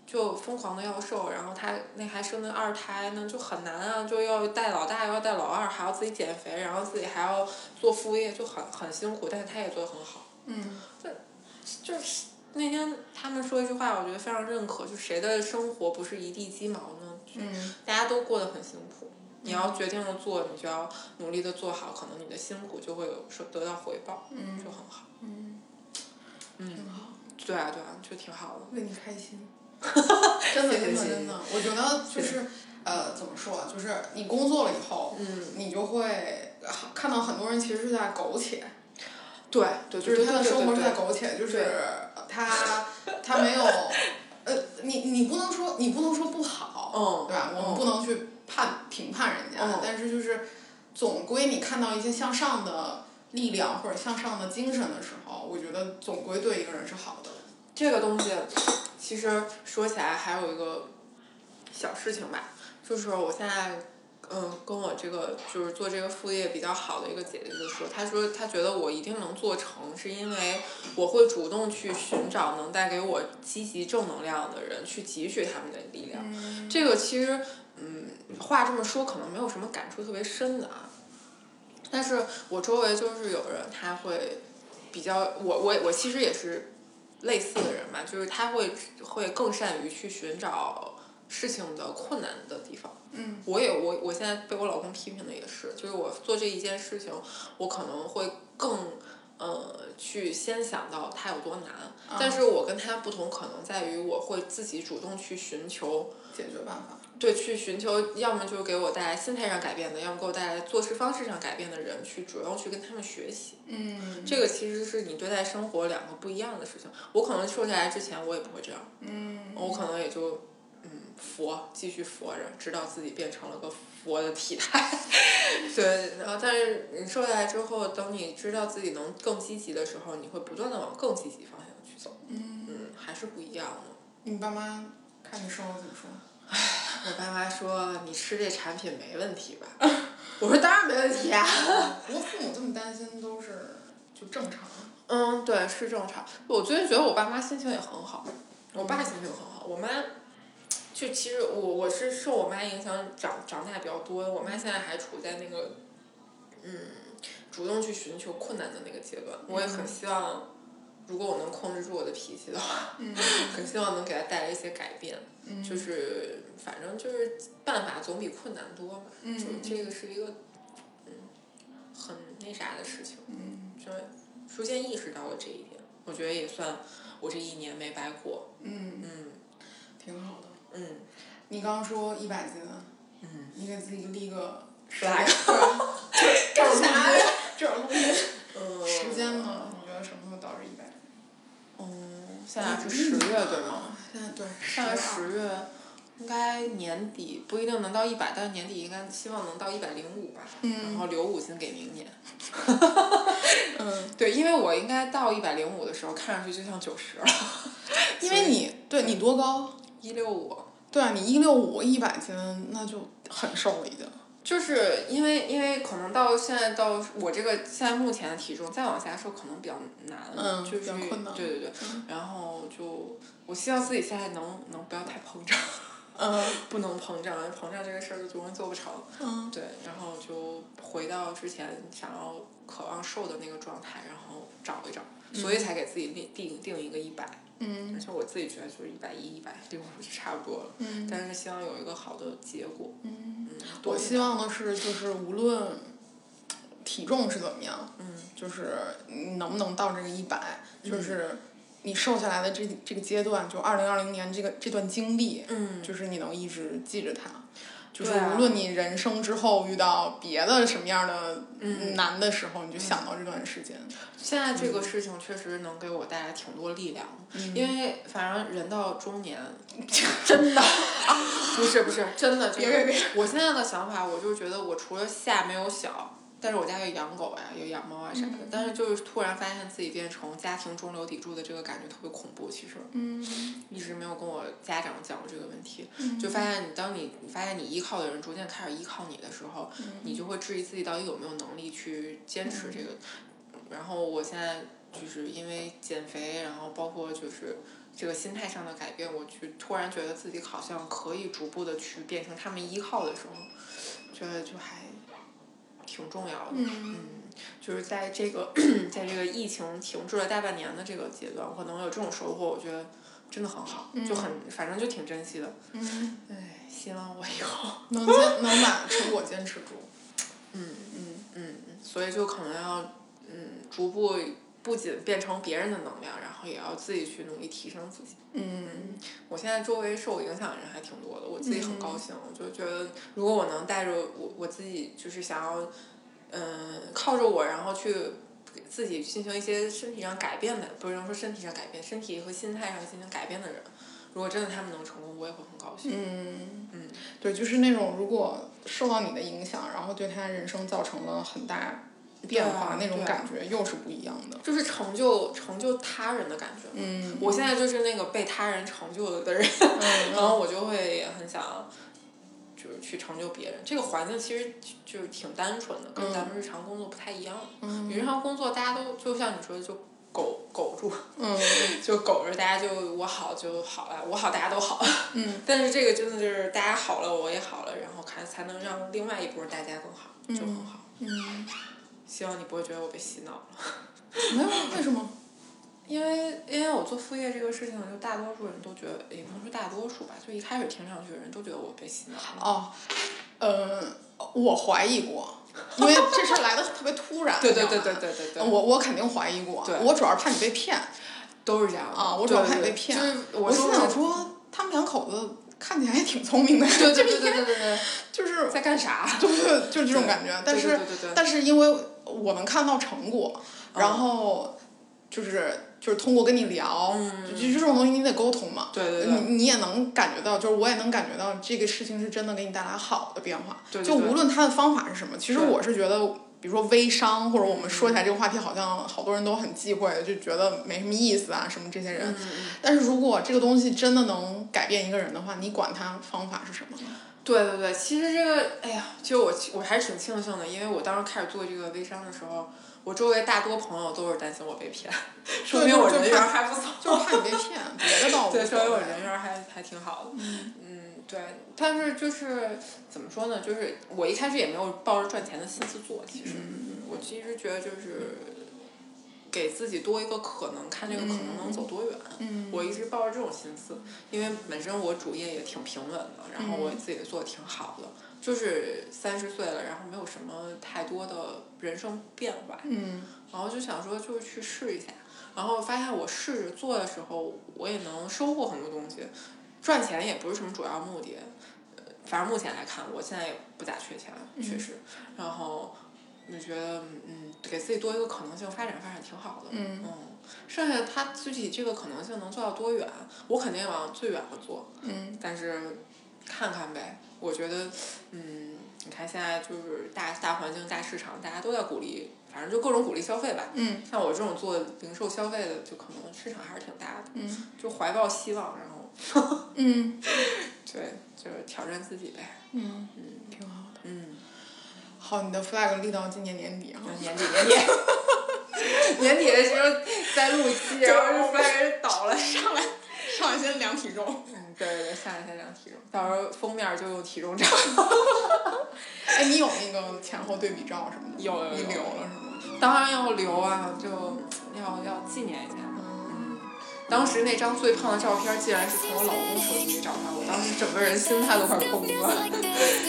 就疯狂的要瘦，然后他那还生的二胎呢，就很难啊，就要带老大，又要带老二，还要自己减肥，然后自己还要做副业，就很很辛苦，但是他也做得很好。
嗯
就是那天他们说一句话，我觉得非常认可，就谁的生活不是一地鸡毛呢？
嗯
大家都过得很辛苦。你要决定了做，你就要努力的做好，可能你的辛苦就会有说得到回报。
嗯
就很好。
嗯，挺好。
对啊，对啊，就挺好的。
为你开 心。真的
谢谢
真的
谢谢
真的，我觉得就是呃，怎么说，就是你工作了以后，
嗯，
你就会呃看到很多人其实是在苟且，
对对
就是
对对
他
对
的生活
对
是在
对。
苟且，就是
对
呃他他没有呃，你你不能说你不能说不好，
嗯，
对吧？我们
嗯
不能去判评判人家
嗯，
但是就是总归你看到一些向上的力量或者向上的精神的时候，我觉得总归对一个人是好的。
这个东西，其实说起来还有一个小事情吧，就是我现在。嗯，跟我这个就是做这个副业比较好的一个姐姐就说，她说她觉得我一定能做成，是因为我会主动去寻找能带给我积极正能量的人，去汲取他们的力量。
嗯
这个其实，嗯，话这么说可能没有什么感触特别深的啊，但是我周围就是有人他会比较，我我我其实也是类似的人嘛，就是他会会更善于去寻找事情的困难的地方。
嗯
我也我我现在被我老公批评的也是，就是我做这一件事情，我可能会更呃，去先想到它有多难。但是我跟他不同，可能在于我会自己主动去寻求，
解决办法。
对，去寻求，要么就给我带来心态上改变的，要么给我带来做事方式上改变的人，去主动去跟他们学习。
嗯
这个其实是你对待生活两个不一样的事情。我可能瘦下来之前，我也不会这样，
嗯
我可能也就嗯佛继续佛着，直到自己变成了个佛的体态。 对，然后但是你瘦下来之后，等你知道自己能更积极的时候，你会不断的往更积极方向去走。
嗯，
嗯，还是不一样的。
你爸妈看你瘦了怎么说？
我爸妈说你吃这产品没问题吧？ 我说当然没问题啊。
不过父母这么担心都是就正常。
嗯，对，是正常。我最近觉得我爸妈心情也很好，我爸心情很好，我妈，就其实我我是受我妈影响长长大比较多的，我妈现在还处在那个，嗯，主动去寻求困难的那个阶段。我也很希望，如果我能控制住我的脾气的话，
嗯
很希望能给她带来一些改变。
嗯
就是反正就是办法总比困难多嘛，
嗯
就
嗯
这个是一个，嗯，很那啥的事情。
嗯
就逐渐意识到了这一点，我觉得也算我这一年没白过。
嗯，
嗯
挺好的。
嗯，
你刚刚说一百斤，啊
嗯，
你给自己立个十
来
个，这种录音，这种录音
嗯，
时间？嘛，你觉得什么时候到这一百？
嗯，现在是十月对吗？？
现在对，
现
12
在十月，应该年底不一定能到一百，但是年底应该希望能到一百零五吧。
嗯
然后留五斤给明年。
嗯，
对，因为我应该到一百零五的时候，看上去就像九十了。
因为你对你多高？
一六五。
对啊，你一六五一百斤，那就很瘦了已经。
就是因为因为可能到现在到我这个现在目前的体重再往下瘦可能比较难，
嗯
就是
比较困难
对对对，然后就我希望自己现在能能不要太膨胀，
嗯
不能膨胀，膨胀这个事儿就容易做不成。
嗯
对，然后就回到之前想要渴望瘦的那个状态，然后找一找，所以才给自己定定定一个一百，而
嗯
且我自己觉得就是一百一、一百六就差不多了，
嗯
但是希望有一个好的结果。
嗯。
嗯，多
我
一
希
点
望的是，就是无论体重是怎么样，
嗯。
就是你能不能到这个一百，就是你瘦下来的这这个阶段，就二零二零年这个这段经历，
嗯
就是你能一直记着它。就是
对啊
无论你人生之后遇到别的什么样的
嗯
难的时候，你就想到这段时间。
现在这
嗯
个事情确实能给我带来挺多力量的，因为反正人到中年，真的，不是不是 真的，就
别别
是
别
我现在的想法，我就觉得我除了下没有小，但是我家有养狗呀、有养猫啊啥的，但是就是突然发现自己变成家庭中流砥柱的这个感觉特别恐怖，其实
嗯
一直没有跟我家长讲过这个问题，就发现你当你你发现你依靠的人逐渐开始依靠你的时候，你就会质疑自己到底有没有能力去坚持这个。然后我现在就是因为减肥，然后包括就是这个心态上的改变，我就突然觉得自己好像可以逐步的去变成他们依靠的时候，觉得就还挺重要的。
嗯
就是在这个 在这个疫情停滞了大半年的这个阶段，我能有这种收获，我觉得真的很好，就很反正就挺珍惜的。
嗯，
唉，希望我以后，
能坚能把成果坚持住。
嗯
嗯
嗯，所以就可能要嗯逐步不仅变成别人的能量，然后也要自己去努力提升自己。
嗯
我现在周围受我影响的人还挺多的，我自己很高兴。我就觉得，如果我能带着我我自己，就是想要，嗯、靠着我，然后去给自己进行一些身体上改变的，不能说身体上改变，身体和心态上进行改变的人，如果真的他们能成功，我也会很高兴。
嗯。
嗯
对，就是那种如果受到你的影响，然后对他人生造成了很大变化，
对啊
那种感觉又是不一样的。
就是成就成就他人的感觉。
嗯，
我现在就是那个被他人成就的人，然
嗯
后我就会很想，就是去成就别人。这个环境其实就是挺单纯的，跟咱们日常工作不太一样。
嗯
你日常工作大家都就像你说的，就苟苟住，
嗯
就苟着，大家就我好就好了，我好大家都好。
嗯。
但是这个真的就是大家好了，我也好了，然后看才能让另外一波大家更好，就很好。
嗯，
希望你不会觉得我被洗脑了。
没有，为什么？
因为因为我做副业这个事情，就大多数人都觉得，也不能说大多数吧，就一开始听上去的人都觉得我被洗脑了。
哦哦，呃，我怀疑过，因为这事儿来的特别突然。
对对
你知
对
道
对
吧
对对对，
我我肯定怀疑过
对，
我主要是怕你被骗
都是这样的
啊，我主
对
要怕你
对
被骗。
就是
我
我
心
说
想 说，他们两口子看起来也挺聪明的，
对
这
对对对对对对，
就是
在干啥？
就是就是这种感觉。但
对
是
对对对对，
但是因为我们看到成果，
嗯
然后就是就是通过跟你聊，就就这种东西你得沟通嘛。
嗯对对对
你你也能感觉到，就是我也能感觉到这个事情是真的给你带来好的变化。
对对
就
对
无论它的方法是什么，其实
对嗯
我是觉得，比如说微商，或者我们说起来这个话题，好像好多人都很忌讳，就觉得没什么意思啊，什么这些人。
嗯嗯。
但是如果这个东西真的能改变一个人的话，你管它方法是什么呢？
对对对，其实这个，哎呀，就我我还是挺庆幸的，因为我当时开始做这个微商的时候，我周围大多朋友都是担心我被骗，说明我人缘还不错，
就是怕你被骗，别的倒无
对，
所
说明我
谓。
人缘还还挺好的，嗯，对，但是就是怎么说呢，就是我一开始也没有抱着赚钱的心思做，其实、
嗯
我其实觉得就是给自己多一个可能，看这个可能能走多远。
嗯，
我一直抱着这种心思，因为本身我主业也挺平稳的，然后
嗯
我自己做的挺好的，就是三十岁了，然后没有什么太多的人生变化，
嗯
然后就想说就是去试一下，然后发现我试着做的时候，我也能收获很多东西，赚钱也不是什么主要目的，呃，反正目前来看，我现在也不咋缺钱，确实，然后就觉得嗯，给自己多一个可能性，发展发展挺好的，
嗯
剩下他具体这个可能性能做到多远，我肯定往最远了做，
嗯
但是看看呗。我觉得，嗯，你看现在就是大大环境、大市场，大家都在鼓励，反正就各种鼓励消费吧。
嗯
像我这种做零售消费的，就可能市场还是挺大的，
嗯
就怀抱希望，然后
嗯
对，就是挑战自己呗。
嗯，挺好的。
嗯，
好，你的 flag 立到今年年底啊。
就年底年底 年底的时候再录一期，然后就发现倒了。
上来，上来先量体重。
嗯，对对对，下一下量体重，到时候封面就用体重秤。
哎，你有那个前后对比照什么的？
有有有
你留了是吗？
当然要留啊，就要要纪念一下。嗯，当时那张最胖的照片，竟然是从我老公手机里找到，我当时整个人心态都快崩了。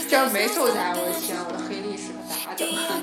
这要是没瘦下来，我的天，我的黑历史可咋整？